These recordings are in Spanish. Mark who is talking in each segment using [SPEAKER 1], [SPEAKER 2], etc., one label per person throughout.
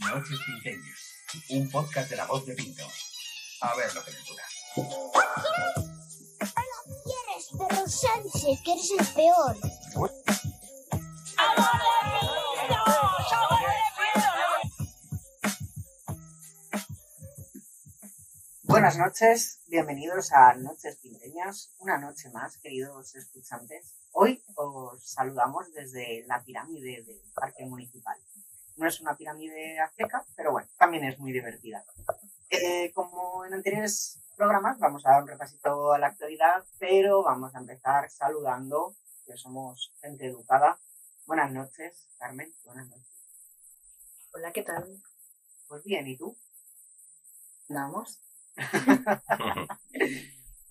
[SPEAKER 1] Noches Pinteñas, un podcast de la voz de Pinto. A ver lo que les dura.
[SPEAKER 2] Eres perro Sánchez, que eres el peor.
[SPEAKER 3] Buenas noches, bienvenidos a Noches Pinteñas, una noche más, queridos escuchantes. Hoy os saludamos desde la pirámide del Parque Municipal. No es una pirámide azteca, pero bueno, también es muy divertida. Eh, como en anteriores programas, vamos a dar un repasito a la actualidad, pero vamos a empezar saludando, que somos gente educada. Buenas noches, Carmen, buenas noches.
[SPEAKER 4] Hola, ¿qué tal?
[SPEAKER 3] Pues bien, ¿y tú?
[SPEAKER 4] ¿Vamos?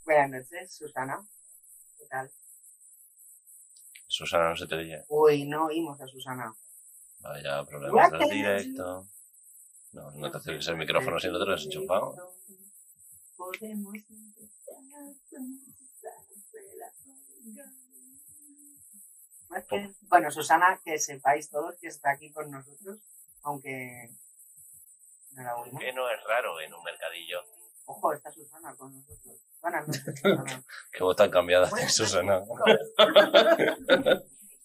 [SPEAKER 3] Buenas noches, Susana. ¿Qué tal?
[SPEAKER 5] Susana no se te oye.
[SPEAKER 3] Uy, no oímos a Susana.
[SPEAKER 5] Vaya, problemas
[SPEAKER 3] Ya
[SPEAKER 5] del
[SPEAKER 3] te digo.
[SPEAKER 5] directo. No, no te acerques al micrófono si no te lo has enchufado.
[SPEAKER 3] Podemos empezar de la manga. Es que- Bueno, Susana, que sepáis todos que está aquí con nosotros, aunque no la oímos.
[SPEAKER 5] Que no es raro en un mercadillo.
[SPEAKER 3] Ojo, está Susana con nosotros. Buenas noches, Susana.
[SPEAKER 5] Qué voz tan cambiada de
[SPEAKER 4] Bueno.
[SPEAKER 5] Susana.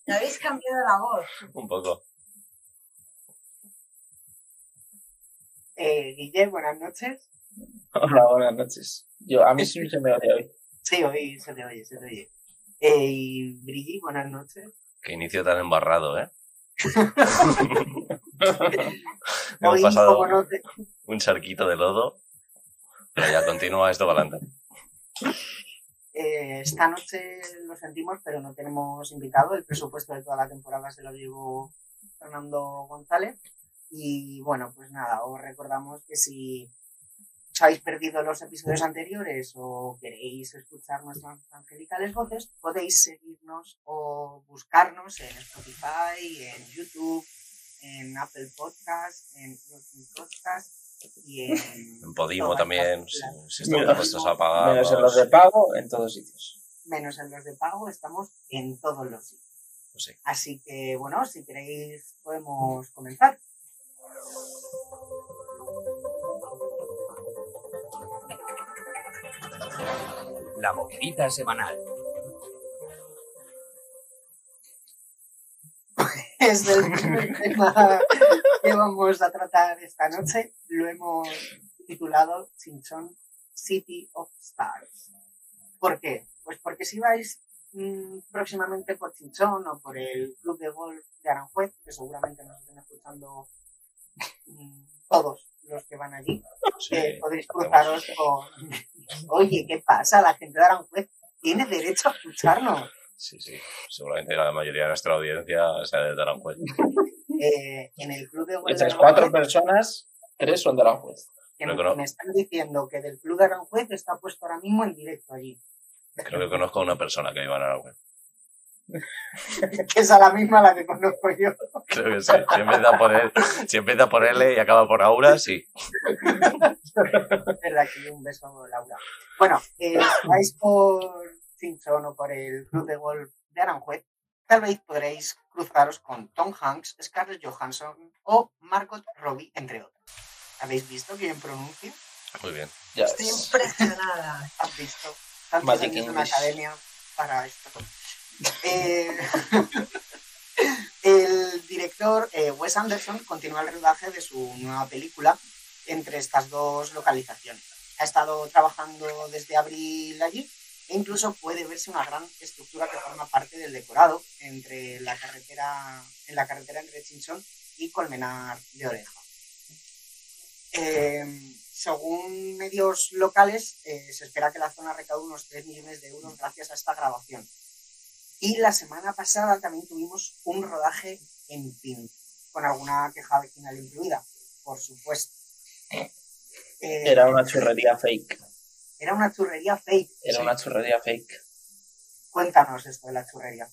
[SPEAKER 4] Me habéis cambiado la voz.
[SPEAKER 5] un poco.
[SPEAKER 3] Eh, Guille, buenas noches.
[SPEAKER 6] Hola, buenas noches. Yo, a mí sí se me odia hoy.
[SPEAKER 3] Sí, hoy se te oye, se te oye. Eh, y Brigi, buenas noches.
[SPEAKER 5] Qué inicio tan embarrado, ¿eh? Hemos
[SPEAKER 3] Hoy,
[SPEAKER 5] pasado
[SPEAKER 3] como no te-
[SPEAKER 5] un charquito de lodo. Pero ya continúa esto para adelante.
[SPEAKER 3] Eh, esta noche lo sentimos, pero no tenemos invitado. El presupuesto de toda la temporada se lo llevó Fernando González. Y bueno, pues nada, os recordamos que si os habéis perdido los episodios anteriores o queréis escuchar nuestras angelicales voces, podéis seguirnos o buscarnos en Spotify, en YouTube, en Apple Podcast, en Google Podcast y en
[SPEAKER 5] En Podimo
[SPEAKER 3] todas
[SPEAKER 5] también,
[SPEAKER 3] las-
[SPEAKER 5] si, si
[SPEAKER 6] Mira,
[SPEAKER 5] están dispuestos a pagar.
[SPEAKER 6] Menos en los
[SPEAKER 5] los-
[SPEAKER 6] de pago, en todos sitios.
[SPEAKER 3] menos en los de pago, estamos en todos los sitios.
[SPEAKER 5] pues sí.
[SPEAKER 3] Así que, bueno, si queréis, podemos comenzar.
[SPEAKER 7] La movida semanal.
[SPEAKER 3] Es el primer tema que vamos a tratar esta noche. Lo hemos titulado Chinchón City of Stars. ¿Por qué? Pues porque si vais mm, próximamente por Chinchón o por el club de golf de Aranjuez, que seguramente nos estén escuchando mm, todos los que van allí, que
[SPEAKER 5] pues, sí.
[SPEAKER 3] podéis cruzaros eh, con... Oye, ¿qué pasa? La gente de Aranjuez tiene derecho a escucharnos.
[SPEAKER 5] Sí, sí. Seguramente la mayoría de nuestra audiencia sea de Aranjuez.
[SPEAKER 3] Eh, en el club de Huelva de
[SPEAKER 6] Estas
[SPEAKER 3] Aranjuez,
[SPEAKER 6] cuatro personas, tres son de la juez.
[SPEAKER 3] que
[SPEAKER 5] Creo
[SPEAKER 3] me,
[SPEAKER 5] que no.
[SPEAKER 3] me están diciendo que del club de Aranjuez está puesto ahora mismo en directo allí.
[SPEAKER 5] Creo que conozco a una persona que vive en Aranjuez.
[SPEAKER 3] Que es a la misma la que conozco yo.
[SPEAKER 5] Creo que sí. Si empieza a poner, si empieza por L y acaba por Aura, sí.
[SPEAKER 3] Es verdad que un beso, Laura. Bueno, eh, si vais por Cinchón o por el club de golf de Aranjuez, tal vez podréis cruzaros con Tom Hanks, Scarlett Johansson o Margot Robbie, entre otros. ¿Habéis visto que bien pronuncio?
[SPEAKER 5] Muy bien.
[SPEAKER 6] Ya
[SPEAKER 4] Estoy
[SPEAKER 6] ves.
[SPEAKER 4] impresionada.
[SPEAKER 3] has visto. Tantos
[SPEAKER 6] Magic
[SPEAKER 3] años en la
[SPEAKER 6] English.
[SPEAKER 3] academia para esto. Eh, el director eh, Wes Anderson continúa el rodaje de su nueva película entre estas dos localizaciones. Ha estado trabajando desde abril allí e incluso puede verse una gran estructura que forma parte del decorado entre la carretera, en la carretera entre Chinchón y Colmenar de Oreja. Eh, según medios locales, eh, se espera que la zona recaude unos 3 millones de euros gracias a esta grabación. Y la semana pasada también tuvimos un rodaje en PIN, con alguna queja vecinal incluida, por supuesto. Eh,
[SPEAKER 6] Era una churrería fake.
[SPEAKER 3] era una churrería fake.
[SPEAKER 6] Era
[SPEAKER 5] Sí.
[SPEAKER 6] una churrería fake.
[SPEAKER 3] Cuéntanos esto de la churrería.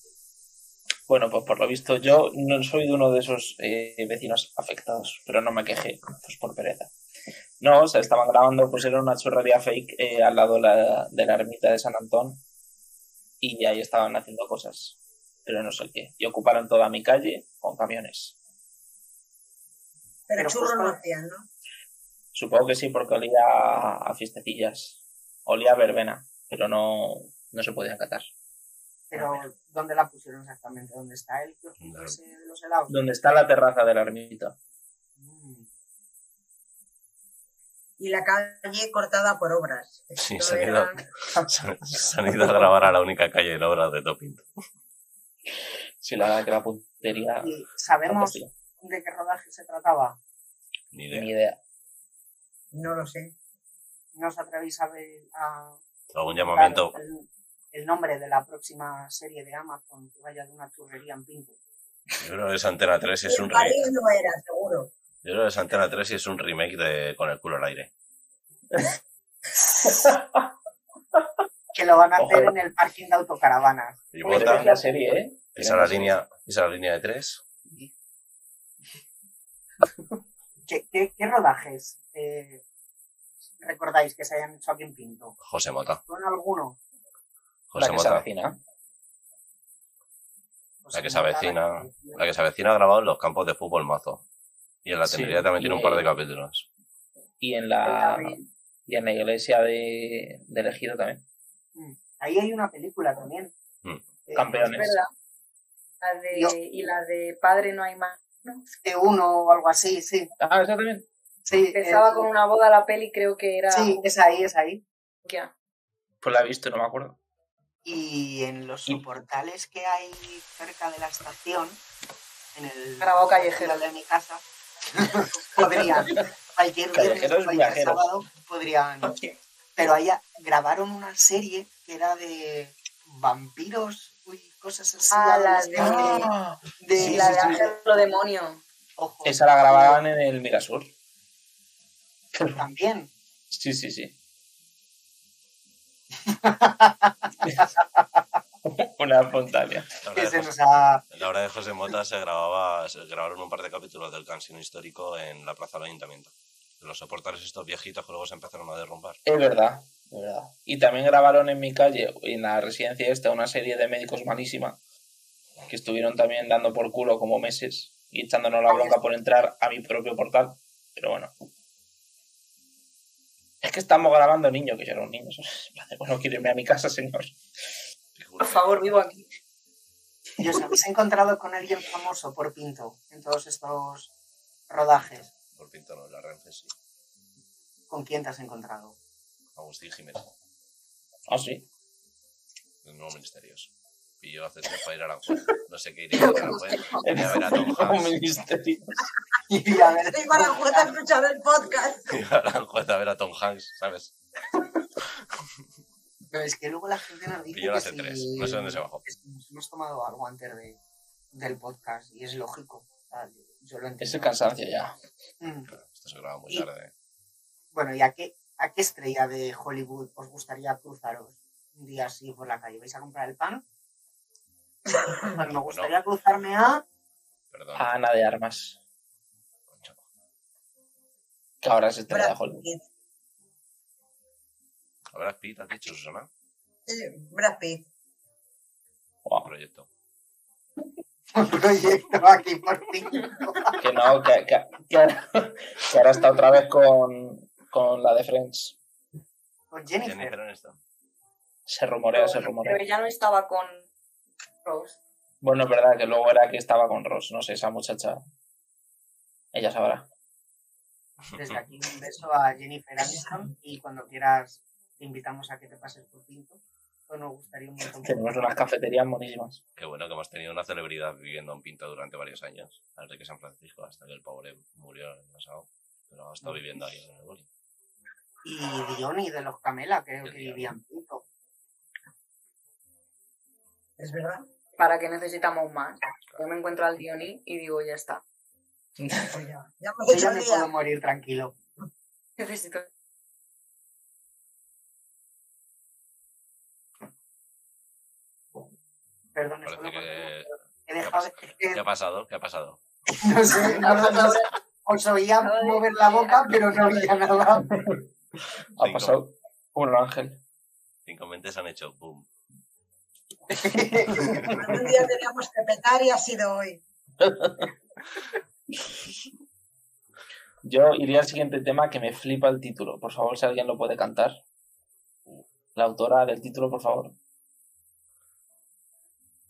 [SPEAKER 6] Bueno, pues por lo visto yo no soy de uno de esos eh, vecinos afectados, pero no me quejé, pues por pereza. No, se estaban grabando, pues era una churrería fake eh, al lado de la, de la ermita de San Antón y ahí estaban haciendo cosas, pero no sé qué. Y ocuparon toda mi calle con camiones.
[SPEAKER 4] Pero
[SPEAKER 3] Pero
[SPEAKER 4] churros
[SPEAKER 3] justo-
[SPEAKER 4] no hacían, ¿no?
[SPEAKER 6] Supongo que sí, porque olía a a fiestecillas. Olía a verbena, pero no, no se podía catar.
[SPEAKER 3] Pero, ¿dónde la pusieron exactamente? ¿Dónde está el kiosco
[SPEAKER 1] No.
[SPEAKER 3] ese de los helados?
[SPEAKER 6] Donde está la terraza de la ermita.
[SPEAKER 3] Mm.
[SPEAKER 4] Y la calle cortada por obras.
[SPEAKER 5] Sí,
[SPEAKER 4] Esto
[SPEAKER 5] se ha
[SPEAKER 4] era-
[SPEAKER 5] Se, se han ido a grabar a la única calle de obras de Topinto.
[SPEAKER 6] Si la verdad que la puntería.
[SPEAKER 3] ¿Y sabemos
[SPEAKER 6] fantástica.
[SPEAKER 3] de qué rodaje se trataba?
[SPEAKER 5] Ni
[SPEAKER 6] Ni
[SPEAKER 5] idea.
[SPEAKER 6] idea.
[SPEAKER 4] No lo sé.
[SPEAKER 3] ¿No os atrevéis a ver a
[SPEAKER 5] Algún
[SPEAKER 3] dar
[SPEAKER 5] llamamiento.
[SPEAKER 3] el, el nombre de la próxima serie de Amazon que vaya de una churrería en Pinto?
[SPEAKER 5] Yo creo que es Antena 3 y es
[SPEAKER 4] En
[SPEAKER 5] un
[SPEAKER 4] París
[SPEAKER 5] remake.
[SPEAKER 4] no era, seguro.
[SPEAKER 5] Yo creo que es Antena 3 y es un remake de Con el culo al aire.
[SPEAKER 3] Que lo van a hacer
[SPEAKER 5] eh.
[SPEAKER 6] Ojalá.
[SPEAKER 3] en el parking de autocaravanas.
[SPEAKER 5] Y
[SPEAKER 6] Pero
[SPEAKER 5] vota.
[SPEAKER 6] es la serie, ¿eh?
[SPEAKER 5] Esa es la línea, esa es la línea de tres.
[SPEAKER 3] ¿Qué, qué- qué rodajes eh, recordáis que se hayan hecho aquí en Pinto?
[SPEAKER 5] José Mota.
[SPEAKER 3] ¿Con alguno?
[SPEAKER 6] La
[SPEAKER 5] José
[SPEAKER 6] que se
[SPEAKER 5] Mota.
[SPEAKER 6] avecina.
[SPEAKER 3] Pues
[SPEAKER 5] La que
[SPEAKER 3] en
[SPEAKER 5] se
[SPEAKER 3] Málaga,
[SPEAKER 5] avecina.
[SPEAKER 3] en Madrid.
[SPEAKER 5] La que se avecina ha grabado en los campos de fútbol mazo. Y en la
[SPEAKER 6] Sí.
[SPEAKER 5] tendría también tiene un par de
[SPEAKER 6] Y-
[SPEAKER 5] capítulos.
[SPEAKER 6] Y en
[SPEAKER 3] Ah,
[SPEAKER 6] la, y en la iglesia de, de Ejido también.
[SPEAKER 3] Ahí hay una película también.
[SPEAKER 5] Mm.
[SPEAKER 3] Eh,
[SPEAKER 6] Campeones.
[SPEAKER 8] ¿Verdad? La de,
[SPEAKER 3] Yo-
[SPEAKER 8] Y la de padre no hay más.
[SPEAKER 3] De uno o algo así, sí.
[SPEAKER 6] Ah, esa también.
[SPEAKER 3] sí
[SPEAKER 8] Empezaba
[SPEAKER 3] eh,
[SPEAKER 8] con una boda la peli, creo que era.
[SPEAKER 3] Sí, es ahí, es ahí.
[SPEAKER 8] Ya.
[SPEAKER 6] Pues la he visto, no me acuerdo.
[SPEAKER 3] Y en los
[SPEAKER 6] Y-
[SPEAKER 3] soportales que hay cerca de la estación, en el
[SPEAKER 8] Grabado callejero.
[SPEAKER 3] de mi casa, podrían, cualquier viernes,
[SPEAKER 6] Callejeros
[SPEAKER 3] cualquier
[SPEAKER 6] viajeros.
[SPEAKER 3] sábado, podrían. Pero allá grabaron una serie que era de vampiros y cosas así.
[SPEAKER 8] Ah, la
[SPEAKER 3] adolescentes, de,
[SPEAKER 6] Sí,
[SPEAKER 8] la
[SPEAKER 6] sí,
[SPEAKER 8] de
[SPEAKER 6] sí.
[SPEAKER 8] Ángel lo demonio.
[SPEAKER 3] Ojo,
[SPEAKER 6] Esa la grababan en el Mirasur.
[SPEAKER 3] También.
[SPEAKER 6] Sí, sí, sí. Una espontánea.
[SPEAKER 5] La
[SPEAKER 3] que
[SPEAKER 5] hora,
[SPEAKER 3] se
[SPEAKER 5] de
[SPEAKER 3] nos
[SPEAKER 5] José,
[SPEAKER 3] ha-
[SPEAKER 5] la hora de José Mota se grababa, se grabaron un par de capítulos del Cansino Histórico en la plaza del ayuntamiento. Los soportales estos viejitos que luego se empezaron a derrumbar.
[SPEAKER 6] Es verdad, es verdad. Y también grabaron en mi calle, en la residencia esta, una serie de médicos malísima que estuvieron también dando por culo como meses y echándonos la bronca por entrar a mi propio portal. Pero bueno. Es que estamos grabando niño, que yo era un niño. Bueno, quiero irme a mi casa, señor.
[SPEAKER 8] Por favor, vivo aquí.
[SPEAKER 3] ¿Y os habéis encontrado con alguien famoso por Pinto en todos estos rodajes?
[SPEAKER 5] Por Pinto no, la Renfe sí.
[SPEAKER 3] ¿Con quién te has encontrado?
[SPEAKER 5] Agustín Jiménez,
[SPEAKER 6] Ah, sí.
[SPEAKER 5] del nuevo Ministerios. Y yo hace tiempo para ir a Aranjuez. No sé qué iría a Aranjuez. Iría a ver a Tom
[SPEAKER 6] Un
[SPEAKER 5] Hanks.
[SPEAKER 6] ministerio.
[SPEAKER 3] Y a ver,
[SPEAKER 4] Estoy para jugar a escuchar el podcast.
[SPEAKER 5] Iba a Aranjuez a ver a Tom Hanks, ¿sabes?
[SPEAKER 3] pero es que luego la gente nos dice
[SPEAKER 5] Pilló la
[SPEAKER 3] que
[SPEAKER 5] C3,
[SPEAKER 3] si-
[SPEAKER 5] no sé dónde se bajó.
[SPEAKER 3] que si nos hemos tomado algo antes de, del podcast y es lógico. o sea, Yo lo entiendo.
[SPEAKER 6] Es el cansancio ya.
[SPEAKER 3] Mm.
[SPEAKER 5] Esto se graba muy
[SPEAKER 3] Y-
[SPEAKER 5] tarde.
[SPEAKER 3] Bueno, ¿y a qué, a qué estrella de Hollywood os gustaría cruzaros un día así por la calle? ¿Vais a comprar el pan? Pues me gustaría cruzarme a...
[SPEAKER 5] Perdón.
[SPEAKER 6] A Ana de Armas. Que ahora se estrella de Hollywood.
[SPEAKER 5] ¿Habrás Pitt, has dicho, Susana?
[SPEAKER 4] Eh, Brad Pitt.
[SPEAKER 5] Un proyecto.
[SPEAKER 3] Un proyecto aquí por fin.
[SPEAKER 6] Que no, que, que- que ahora, que ahora está otra vez con, con la de Friends.
[SPEAKER 3] Con
[SPEAKER 5] Jennifer
[SPEAKER 3] Jennifer.
[SPEAKER 5] Aniston.
[SPEAKER 6] Se rumorea, se rumorea.
[SPEAKER 8] Pero ya no estaba con Rose.
[SPEAKER 6] Bueno, es verdad que luego era que estaba con Ross. No sé, esa muchacha. Ella sabrá.
[SPEAKER 3] Desde aquí un beso a Jennifer Aniston y cuando quieras te invitamos a que te pases por Pinto. Pues nos gustaría un montón.
[SPEAKER 6] Tenemos unas cafeterías buenísimas.
[SPEAKER 5] Qué bueno que hemos tenido una celebridad viviendo en Pinto durante varios años. Desde que San Francisco, hasta que el pobre murió el año pasado. Pero ha estado viviendo ahí en el boli.
[SPEAKER 3] Y Diony de los Camela, creo
[SPEAKER 5] El
[SPEAKER 3] que
[SPEAKER 5] Diony.
[SPEAKER 3] vivía en Pinto.
[SPEAKER 4] Es verdad.
[SPEAKER 8] ¿Para qué necesitamos más? Yo me encuentro al Diony y digo, ya está.
[SPEAKER 4] Pues ya, ya hemos
[SPEAKER 3] Yo
[SPEAKER 4] hecho
[SPEAKER 3] ya
[SPEAKER 4] el
[SPEAKER 3] me
[SPEAKER 4] día.
[SPEAKER 3] puedo morir tranquilo.
[SPEAKER 8] Necesito.
[SPEAKER 3] Perdón, eso
[SPEAKER 5] Parece
[SPEAKER 3] lo
[SPEAKER 5] que...
[SPEAKER 3] he
[SPEAKER 5] ha
[SPEAKER 3] dejado.
[SPEAKER 5] pasado?
[SPEAKER 3] es que
[SPEAKER 5] ¿Qué ha pasado? ¿Qué ha pasado?
[SPEAKER 3] no sé, no sé, no sé. os oía
[SPEAKER 8] Ay,
[SPEAKER 3] mover la boca, pero no oía nada.
[SPEAKER 6] Ha
[SPEAKER 5] Cinco.
[SPEAKER 6] pasado. Bueno, Ángel.
[SPEAKER 5] Cinco mentes han hecho boom.
[SPEAKER 4] Algún día teníamos que petar y ha sido hoy.
[SPEAKER 6] Yo iría al siguiente tema que me flipa el título. Por favor, si alguien lo puede cantar. La autora del título, por favor.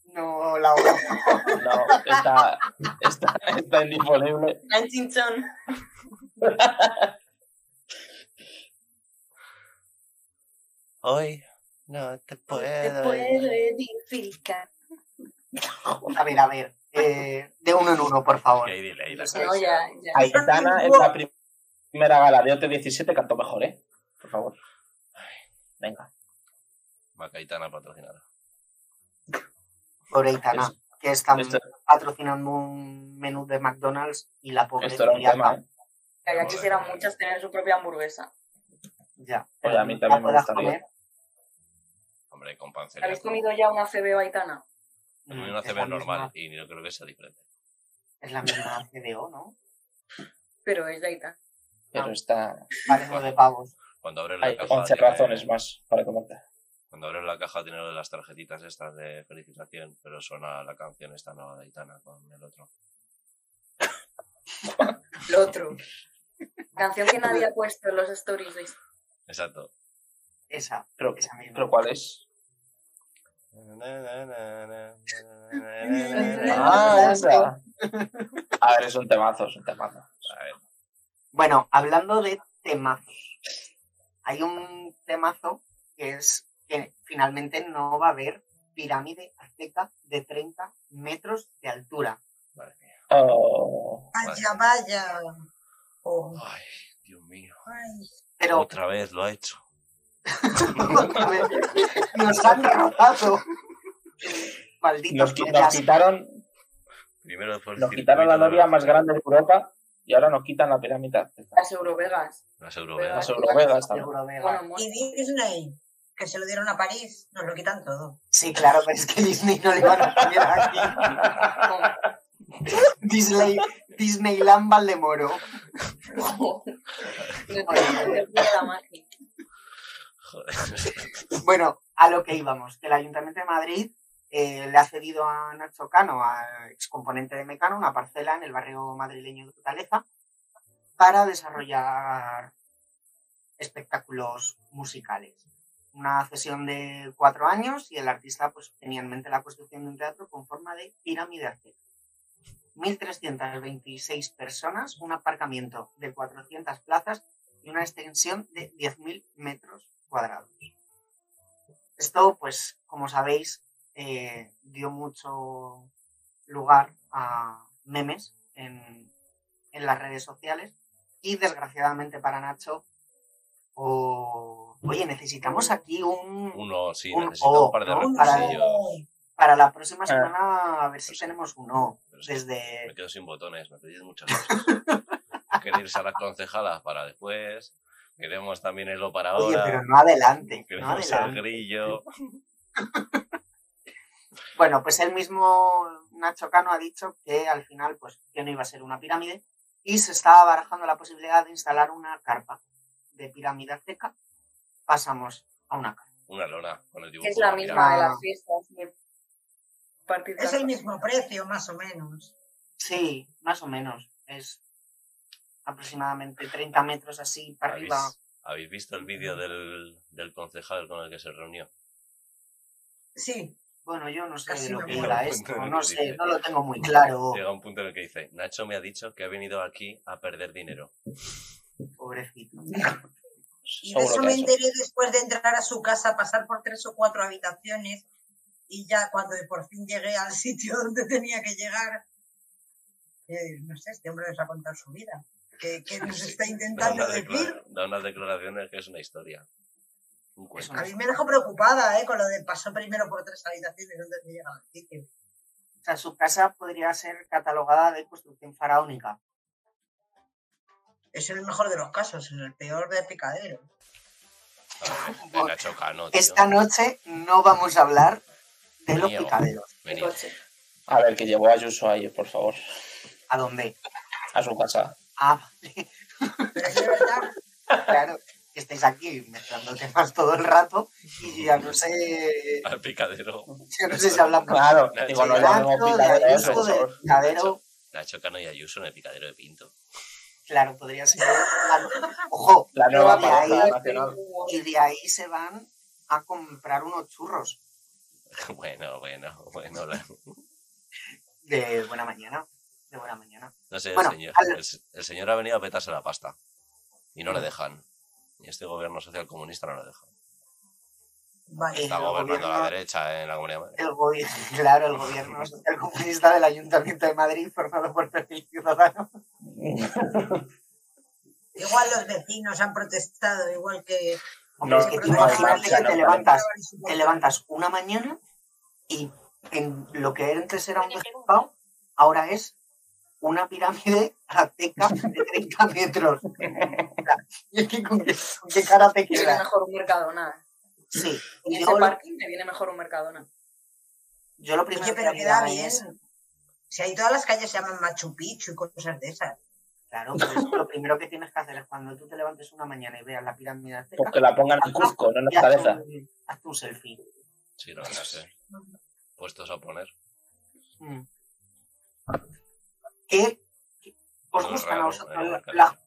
[SPEAKER 3] No, la obra.
[SPEAKER 6] No, está, está, está indisponible.
[SPEAKER 8] El chinchón.
[SPEAKER 5] Hoy no te puedo.
[SPEAKER 8] edificar.
[SPEAKER 3] A ver, a ver. eh, de uno en uno, por favor.
[SPEAKER 5] Ok, dile, dile.
[SPEAKER 8] No, ya, ya.
[SPEAKER 6] Aitana en la prim- primera gala de OT17 cantó mejor, ¿eh? Por favor. Ay, Venga.
[SPEAKER 5] Macaitana patrocinada.
[SPEAKER 3] Por Aitana,
[SPEAKER 6] Esto-
[SPEAKER 3] que están
[SPEAKER 6] esto,
[SPEAKER 3] patrocinando un menú de McDonald's y la pobre
[SPEAKER 6] esto era un
[SPEAKER 3] tía
[SPEAKER 6] tema,
[SPEAKER 3] está-
[SPEAKER 6] ¿eh?
[SPEAKER 8] Ya quisieran muchas tener su propia hamburguesa.
[SPEAKER 3] Ya.
[SPEAKER 6] Oye, a mí
[SPEAKER 3] ¿La
[SPEAKER 6] también me
[SPEAKER 3] puedas
[SPEAKER 6] gustaría.
[SPEAKER 3] comer?
[SPEAKER 5] Hombre, con pancería.
[SPEAKER 8] ¿Habéis comido ya una CBO aitana?
[SPEAKER 5] A
[SPEAKER 3] Mm,
[SPEAKER 5] mí me
[SPEAKER 3] es
[SPEAKER 5] hace
[SPEAKER 3] la
[SPEAKER 5] ver
[SPEAKER 3] misma-
[SPEAKER 5] normal y yo creo que sea diferente.
[SPEAKER 3] Es la misma CDO, ¿no?
[SPEAKER 8] Pero es de aitana.
[SPEAKER 6] Pero está.
[SPEAKER 3] Vale, nueve pavos.
[SPEAKER 5] Cuando abres la E.
[SPEAKER 6] Hay
[SPEAKER 5] caja.
[SPEAKER 6] 11
[SPEAKER 5] tiene-
[SPEAKER 6] razones más para comentarte.
[SPEAKER 5] Cuando abres la caja tiene lo de las tarjetitas estas de felicitación, pero suena la canción esta nueva de Aitana con el otro.
[SPEAKER 8] Lo otro. Canción que nadie ha puesto en los stories de
[SPEAKER 5] Exacto.
[SPEAKER 3] Esa,
[SPEAKER 6] Pero,
[SPEAKER 3] esa misma.
[SPEAKER 6] pero ¿cuál es?
[SPEAKER 5] A
[SPEAKER 6] Ah, esa. A ver, es un temazo, es un temazo.
[SPEAKER 5] ver,
[SPEAKER 3] Bueno, hablando de temazos, hay un temazo que es que finalmente no va a haber pirámide azteca de 30 metros de altura.
[SPEAKER 5] madre mía.
[SPEAKER 6] Oh,
[SPEAKER 4] Vaya, vaya. Oh,
[SPEAKER 5] Ay, Dios mío.
[SPEAKER 4] ay.
[SPEAKER 3] Pero
[SPEAKER 5] Otra vez lo ha hecho.
[SPEAKER 3] otra vez, nos han robado. Malditos
[SPEAKER 6] nos, qui- nos
[SPEAKER 3] perras.
[SPEAKER 6] quitaron,
[SPEAKER 5] Primero después
[SPEAKER 6] nos quitaron la novia más grande de Europa y ahora nos quitan la pirámide. azteca.
[SPEAKER 8] las Eurovegas.
[SPEAKER 5] Las eurovegas.
[SPEAKER 6] Las eurovegas también.
[SPEAKER 3] Eurovegas.
[SPEAKER 8] Bueno,
[SPEAKER 4] Y
[SPEAKER 8] Moscú.
[SPEAKER 4] Disney, que se lo dieron a París, nos lo quitan todo.
[SPEAKER 3] Sí, claro, pero es que Disney no le van a poner aquí. Disney, Disneyland Valdemoro.
[SPEAKER 8] No tiene la magia.
[SPEAKER 5] Joder.
[SPEAKER 3] Bueno, a lo que íbamos, que el Ayuntamiento de Madrid eh, le ha cedido a Nacho Cano, al excomponente de Mecano, una parcela en el barrio madrileño de Fortaleza para desarrollar espectáculos musicales. Una cesión de cuatro años y el artista pues, tenía en mente la construcción de un teatro con forma de pirámide azteca. 1.326 personas, un aparcamiento de 400 plazas y una extensión de 10.000 metros cuadrados. Esto, pues, como sabéis, eh, dio mucho lugar a memes en, en las redes sociales y desgraciadamente para Nacho, o- oye, necesitamos aquí un...
[SPEAKER 5] Uno, sí,
[SPEAKER 3] Un
[SPEAKER 5] necesita
[SPEAKER 3] O,
[SPEAKER 5] un par de
[SPEAKER 3] ¿no?
[SPEAKER 5] recursillos.
[SPEAKER 3] Para la próxima
[SPEAKER 6] Ah.
[SPEAKER 3] semana, a ver si tenemos uno.
[SPEAKER 5] Me
[SPEAKER 3] Desde...
[SPEAKER 5] quedo sin botones, me pedís muchas cosas. Queréis a las concejalas para después. Queremos también el O para
[SPEAKER 3] Oye,
[SPEAKER 5] ahora.
[SPEAKER 3] pero no adelante. No
[SPEAKER 5] Queremos el
[SPEAKER 3] adelante.
[SPEAKER 5] grillo.
[SPEAKER 3] Bueno, pues el mismo Nacho Cano ha dicho que al final, pues, que no iba a ser una pirámide y se estaba barajando la posibilidad de instalar una carpa de pirámide azteca. Pasamos a una carpa.
[SPEAKER 5] Una lona con el dibujo.
[SPEAKER 8] Que es la
[SPEAKER 5] de
[SPEAKER 8] misma
[SPEAKER 5] pirámide.
[SPEAKER 8] de las fiestas. de partir
[SPEAKER 4] Es el
[SPEAKER 8] tazas.
[SPEAKER 4] mismo precio, más o menos.
[SPEAKER 3] Sí, más o menos. Es aproximadamente 30 metros así para
[SPEAKER 5] ¿Habéis,
[SPEAKER 3] arriba.
[SPEAKER 5] habéis visto el vídeo del, del concejal con el que se reunió?
[SPEAKER 4] Sí,
[SPEAKER 3] Bueno, yo no sé de
[SPEAKER 4] Casi
[SPEAKER 3] lo
[SPEAKER 4] me
[SPEAKER 3] que
[SPEAKER 4] muero.
[SPEAKER 3] iba
[SPEAKER 5] No,
[SPEAKER 3] esto,
[SPEAKER 5] no
[SPEAKER 3] no
[SPEAKER 5] lo
[SPEAKER 3] sé,
[SPEAKER 5] dice.
[SPEAKER 3] no lo tengo muy claro,
[SPEAKER 5] Llega un punto en el que dice, Nacho me ha dicho que ha venido aquí a perder dinero.
[SPEAKER 3] pobrecito.
[SPEAKER 4] y de
[SPEAKER 6] Seguro
[SPEAKER 4] eso
[SPEAKER 6] que
[SPEAKER 4] me
[SPEAKER 6] eso.
[SPEAKER 4] enteré después de entrar a su casa, pasar por tres o cuatro habitaciones y ya cuando por fin llegué al sitio donde tenía que llegar, eh, no sé, este hombre nos ha contado su vida. ¿Qué, qué nos
[SPEAKER 5] Sí,
[SPEAKER 4] está
[SPEAKER 5] Da
[SPEAKER 4] intentando
[SPEAKER 5] unas,
[SPEAKER 4] decir?
[SPEAKER 5] declara- da unas declaraciones que es una historia. Un
[SPEAKER 3] pues
[SPEAKER 5] cuento.
[SPEAKER 4] A mí me dejó preocupada, ¿eh? Con lo de pasó primero por tres habitaciones antes de llegar al sitio.
[SPEAKER 3] O sea, su casa podría ser catalogada de construcción faraónica.
[SPEAKER 4] Es el mejor de los casos, en el peor de picadero.
[SPEAKER 5] A ver, de Nacho Cano, tío.
[SPEAKER 3] Esta noche no vamos a hablar de
[SPEAKER 5] Me
[SPEAKER 3] los
[SPEAKER 5] niego.
[SPEAKER 3] picaderos.
[SPEAKER 5] Me
[SPEAKER 8] de
[SPEAKER 5] niego.
[SPEAKER 8] coche.
[SPEAKER 6] A ver, que llevó a Ayuso ahí, por favor,
[SPEAKER 3] ¿A dónde?
[SPEAKER 6] a su casa.
[SPEAKER 3] Ah,
[SPEAKER 4] Pero es de verdad,
[SPEAKER 3] claro, que estáis aquí mezclando temas todo el rato y ya no sé,
[SPEAKER 5] Al picadero.
[SPEAKER 3] ya no sé si hablamos
[SPEAKER 6] Claro,
[SPEAKER 5] Nacho
[SPEAKER 6] digo, no
[SPEAKER 3] de
[SPEAKER 5] Cano.
[SPEAKER 6] llamemos
[SPEAKER 3] Nacho, de
[SPEAKER 6] picadero a eso,
[SPEAKER 3] Ayuso,
[SPEAKER 6] por
[SPEAKER 3] de
[SPEAKER 6] favor.
[SPEAKER 3] picadero.
[SPEAKER 5] Nacho Cano y Ayuso en el picadero de Pinto.
[SPEAKER 3] Claro, podría ser. la- Ojo,
[SPEAKER 6] La nueva
[SPEAKER 3] de ahí-
[SPEAKER 6] pareja nacional.
[SPEAKER 3] y de ahí se van a comprar unos churros
[SPEAKER 5] Bueno, bueno, bueno. la-
[SPEAKER 3] de buena mañana. De buena mañana.
[SPEAKER 5] No sé, el,
[SPEAKER 3] Bueno,
[SPEAKER 5] señor,
[SPEAKER 3] al-
[SPEAKER 5] el, el señor ha venido a petarse la pasta. Y no le dejan. Y este gobierno social comunista no lo deja.
[SPEAKER 4] Vale.
[SPEAKER 5] Está
[SPEAKER 3] el
[SPEAKER 5] gobernando
[SPEAKER 3] gobierno-
[SPEAKER 5] la derecha ¿eh? en la comunidad. de Madrid.
[SPEAKER 3] El gobierno, claro, el gobierno social comunista del Ayuntamiento de Madrid, formado por perfil ciudadano.
[SPEAKER 4] Igual los vecinos han protestado, igual que.
[SPEAKER 3] Hombre,
[SPEAKER 6] No,
[SPEAKER 3] es que tú
[SPEAKER 6] no,
[SPEAKER 3] imagínate
[SPEAKER 6] marcha,
[SPEAKER 3] que
[SPEAKER 6] no,
[SPEAKER 3] te
[SPEAKER 6] no.
[SPEAKER 3] levantas, te levantas una mañana y en lo que antes era un pescado, ahora es una pirámide azteca de 30 metros. Y es que con qué, con qué cara te
[SPEAKER 8] Me viene
[SPEAKER 3] queda.
[SPEAKER 8] mejor un Mercadona.
[SPEAKER 3] Sí.
[SPEAKER 8] En
[SPEAKER 3] Y
[SPEAKER 8] ese
[SPEAKER 3] yo, lo-
[SPEAKER 8] parking me viene mejor un Mercadona.
[SPEAKER 3] yo lo primero
[SPEAKER 4] Oye,
[SPEAKER 3] que
[SPEAKER 4] pero
[SPEAKER 3] haría
[SPEAKER 4] queda bien.
[SPEAKER 3] es-
[SPEAKER 4] Si ahí todas las calles se llaman Machu Picchu y cosas de esas.
[SPEAKER 3] Claro, pero es que lo primero que tienes que hacer es cuando tú te levantes una mañana y veas la pirámide azteca,
[SPEAKER 6] Pues que la pongan en Cuzco, no en
[SPEAKER 3] y
[SPEAKER 6] la
[SPEAKER 3] hazte
[SPEAKER 6] cabeza.
[SPEAKER 3] un, hazte un selfie.
[SPEAKER 5] Sí, la verdad, sí. Puestos a poner.
[SPEAKER 3] Mm. ¿Qué? qué- ¿Os
[SPEAKER 5] Todo
[SPEAKER 3] gustan a
[SPEAKER 5] raro,
[SPEAKER 3] vosotros
[SPEAKER 5] eh,
[SPEAKER 3] la-
[SPEAKER 5] claro.
[SPEAKER 3] la-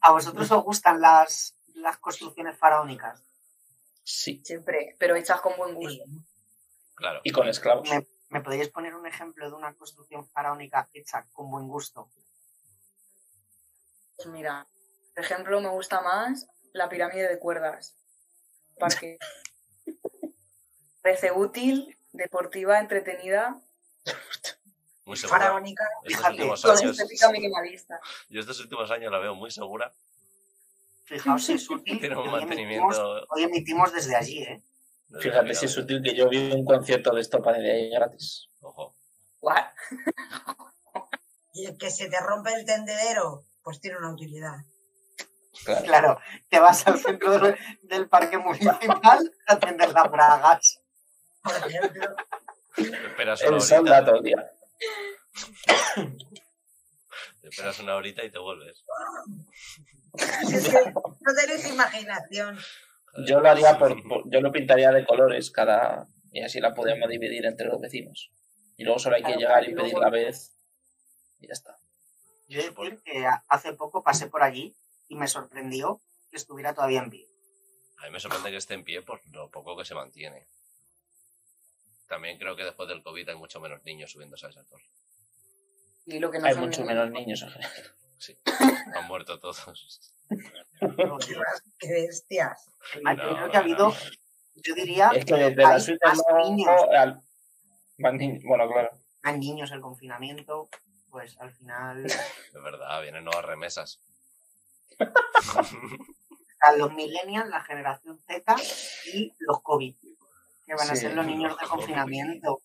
[SPEAKER 3] a vosotros os gustan las, las construcciones faraónicas?
[SPEAKER 6] Sí.
[SPEAKER 8] Siempre, pero hechas con buen gusto.
[SPEAKER 5] Claro.
[SPEAKER 6] Y con esclavos.
[SPEAKER 3] ¿Me podéis poner un ejemplo de una construcción faraónica hecha con buen gusto?
[SPEAKER 8] Pues mira, por ejemplo, me gusta más la pirámide de cuerdas. Porque parece útil, deportiva, entretenida,
[SPEAKER 5] Muy segura.
[SPEAKER 4] Faraónica.
[SPEAKER 5] Estos
[SPEAKER 3] Fíjate, este
[SPEAKER 5] últimos
[SPEAKER 8] con
[SPEAKER 5] años,
[SPEAKER 8] estética minimalista.
[SPEAKER 5] yo estos últimos años la veo muy segura.
[SPEAKER 3] Fijaos si es útil.
[SPEAKER 5] Tiene un
[SPEAKER 3] y hoy emitimos-
[SPEAKER 5] mantenimiento.
[SPEAKER 3] Hoy emitimos desde allí, ¿eh?
[SPEAKER 5] desde la
[SPEAKER 6] Fíjate si es
[SPEAKER 5] pirámide.
[SPEAKER 6] útil que yo vi un concierto de estopa de ahí gratis.
[SPEAKER 5] Ojo.
[SPEAKER 8] Guau.
[SPEAKER 4] Y el que se te rompe el tendedero, pues tiene una utilidad.
[SPEAKER 6] Claro.
[SPEAKER 3] Claro, te vas al centro del, del parque municipal a atender las bragas.
[SPEAKER 4] Por ejemplo,
[SPEAKER 5] Esperas una
[SPEAKER 6] El sol da
[SPEAKER 5] horita.
[SPEAKER 6] todo el día.
[SPEAKER 5] te Esperas una horita y te vuelves.
[SPEAKER 4] si es que no tenéis imaginación.
[SPEAKER 5] Joder.
[SPEAKER 6] Yo lo haría por, por- yo lo pintaría de colores cada y así la podemos dividir entre los vecinos. Y luego solo hay que
[SPEAKER 8] Claro,
[SPEAKER 6] llegar
[SPEAKER 8] y
[SPEAKER 6] y
[SPEAKER 8] luego-
[SPEAKER 6] pedir la vez. Y ya está.
[SPEAKER 3] Yo he de decir que a- hace poco pasé por allí y me sorprendió que estuviera todavía en pie.
[SPEAKER 5] A mí me sorprende que esté en pie por lo poco que se mantiene. También creo que después del COVID hay mucho menos niños subiéndose a esa torre.
[SPEAKER 8] Y lo que no
[SPEAKER 6] Hay
[SPEAKER 8] son
[SPEAKER 6] muchos
[SPEAKER 8] ningún-
[SPEAKER 6] menos niños en general.
[SPEAKER 5] Han muerto todos.
[SPEAKER 3] Pero, oye,
[SPEAKER 4] Qué bestias.
[SPEAKER 3] Ay,
[SPEAKER 5] No,
[SPEAKER 3] creo
[SPEAKER 5] no,
[SPEAKER 3] que ha habido,
[SPEAKER 5] no.
[SPEAKER 3] yo diría,
[SPEAKER 6] Es que desde la
[SPEAKER 3] Ah, Hay
[SPEAKER 6] suite
[SPEAKER 3] más
[SPEAKER 6] no-
[SPEAKER 3] niños.
[SPEAKER 6] al- van niños. Bueno, claro.
[SPEAKER 3] a niños el confinamiento, pues al final
[SPEAKER 5] Es verdad, vienen nuevas remesas.
[SPEAKER 3] a los millennials, la generación Z y los COVID, que van a
[SPEAKER 6] Sí,
[SPEAKER 3] ser los niños de
[SPEAKER 5] los COVID.
[SPEAKER 3] confinamiento.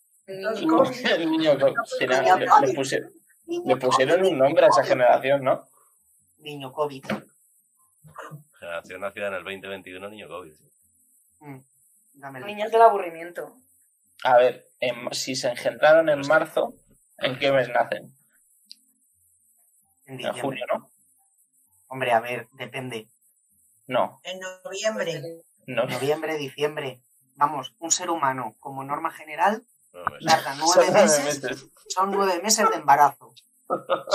[SPEAKER 4] Los
[SPEAKER 8] Niños.
[SPEAKER 4] COVID.
[SPEAKER 6] El niño que- que le,
[SPEAKER 3] Niño
[SPEAKER 6] le-
[SPEAKER 3] COVID.
[SPEAKER 6] le pusieron, le
[SPEAKER 2] Niño
[SPEAKER 6] pusieron un nombre a esa generación, ¿no?
[SPEAKER 3] Niño COVID.
[SPEAKER 5] Generación nacida en el 2021, niño COVID.
[SPEAKER 3] Mm, dámelo.
[SPEAKER 8] Niños del aburrimiento.
[SPEAKER 6] A ver, en- si se engendraron en
[SPEAKER 5] Pero sí.
[SPEAKER 6] marzo, ¿en qué mes nacen?
[SPEAKER 3] En
[SPEAKER 6] En
[SPEAKER 3] diciembre.
[SPEAKER 6] junio, ¿no?
[SPEAKER 3] Hombre, a ver, depende.
[SPEAKER 6] No,
[SPEAKER 4] En noviembre.
[SPEAKER 6] no.
[SPEAKER 3] Noviembre, diciembre. Vamos, un ser humano, como norma general,
[SPEAKER 5] No, me-
[SPEAKER 3] tarda
[SPEAKER 6] Son
[SPEAKER 3] nueve
[SPEAKER 6] nueve
[SPEAKER 3] meses,
[SPEAKER 6] meses.
[SPEAKER 3] son nueve meses de embarazo.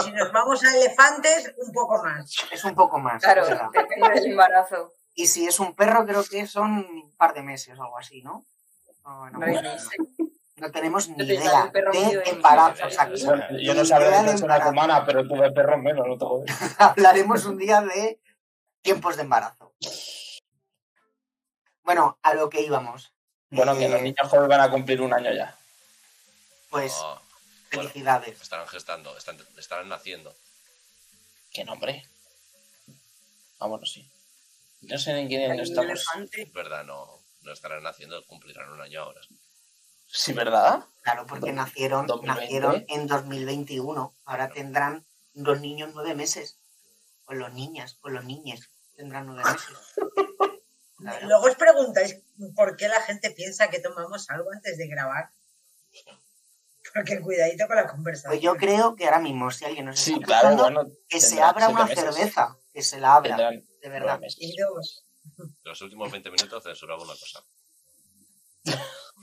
[SPEAKER 4] Si nos vamos a elefantes, un poco más.
[SPEAKER 3] Es un poco más.
[SPEAKER 8] Claro,
[SPEAKER 3] o sea,
[SPEAKER 8] depende del embarazo.
[SPEAKER 3] Y si es un perro, creo que son un par de meses o algo así, ¿no? No, no,
[SPEAKER 8] Nueve
[SPEAKER 3] no,
[SPEAKER 8] meses.
[SPEAKER 3] no tenemos ni
[SPEAKER 8] Yo te
[SPEAKER 3] idea
[SPEAKER 8] sale un perro
[SPEAKER 3] de
[SPEAKER 8] medio de-
[SPEAKER 3] embarazo. O sea, que
[SPEAKER 6] Bueno, yo no sabía de leche una humana, pero tuve perros menos, no te jodes.
[SPEAKER 3] hablaremos un día de tiempos de embarazo. Bueno, a lo que íbamos. Eh,
[SPEAKER 6] Bueno, que los niños jóvenes van a cumplir un año ya.
[SPEAKER 3] Pues
[SPEAKER 5] Ah, bueno,
[SPEAKER 3] felicidades.
[SPEAKER 5] estarán gestando, están, estarán naciendo.
[SPEAKER 6] ¿Qué nombre? Ah, bueno, sí. No sé en qué
[SPEAKER 8] Hay
[SPEAKER 6] año
[SPEAKER 8] un
[SPEAKER 6] estamos.
[SPEAKER 8] elefante.
[SPEAKER 5] Es verdad, no, no estarán naciendo, cumplirán un año ahora.
[SPEAKER 6] Sí, ¿verdad?
[SPEAKER 3] Claro, porque nacieron,
[SPEAKER 6] 2020.
[SPEAKER 3] nacieron en 2021. Ahora tendrán los niños nueve meses. O los niñas, o los niñes tendrán nueve meses. Claro.
[SPEAKER 4] Luego os preguntáis por qué la gente piensa que tomamos algo antes de grabar. Porque cuidadito con la
[SPEAKER 3] Pues
[SPEAKER 4] conversación.
[SPEAKER 3] yo creo que ahora mismo, si alguien nos está
[SPEAKER 6] Sí, claro,
[SPEAKER 3] escuchando,
[SPEAKER 6] bueno.
[SPEAKER 3] que se
[SPEAKER 6] tendrán
[SPEAKER 3] abra
[SPEAKER 6] siete
[SPEAKER 3] una
[SPEAKER 6] meses.
[SPEAKER 3] cerveza, que se la abra,
[SPEAKER 6] Tendrán
[SPEAKER 3] de
[SPEAKER 6] nueve
[SPEAKER 3] verdad.
[SPEAKER 6] meses.
[SPEAKER 4] Y dos.
[SPEAKER 5] Los últimos 20 minutos censuraba una cosa.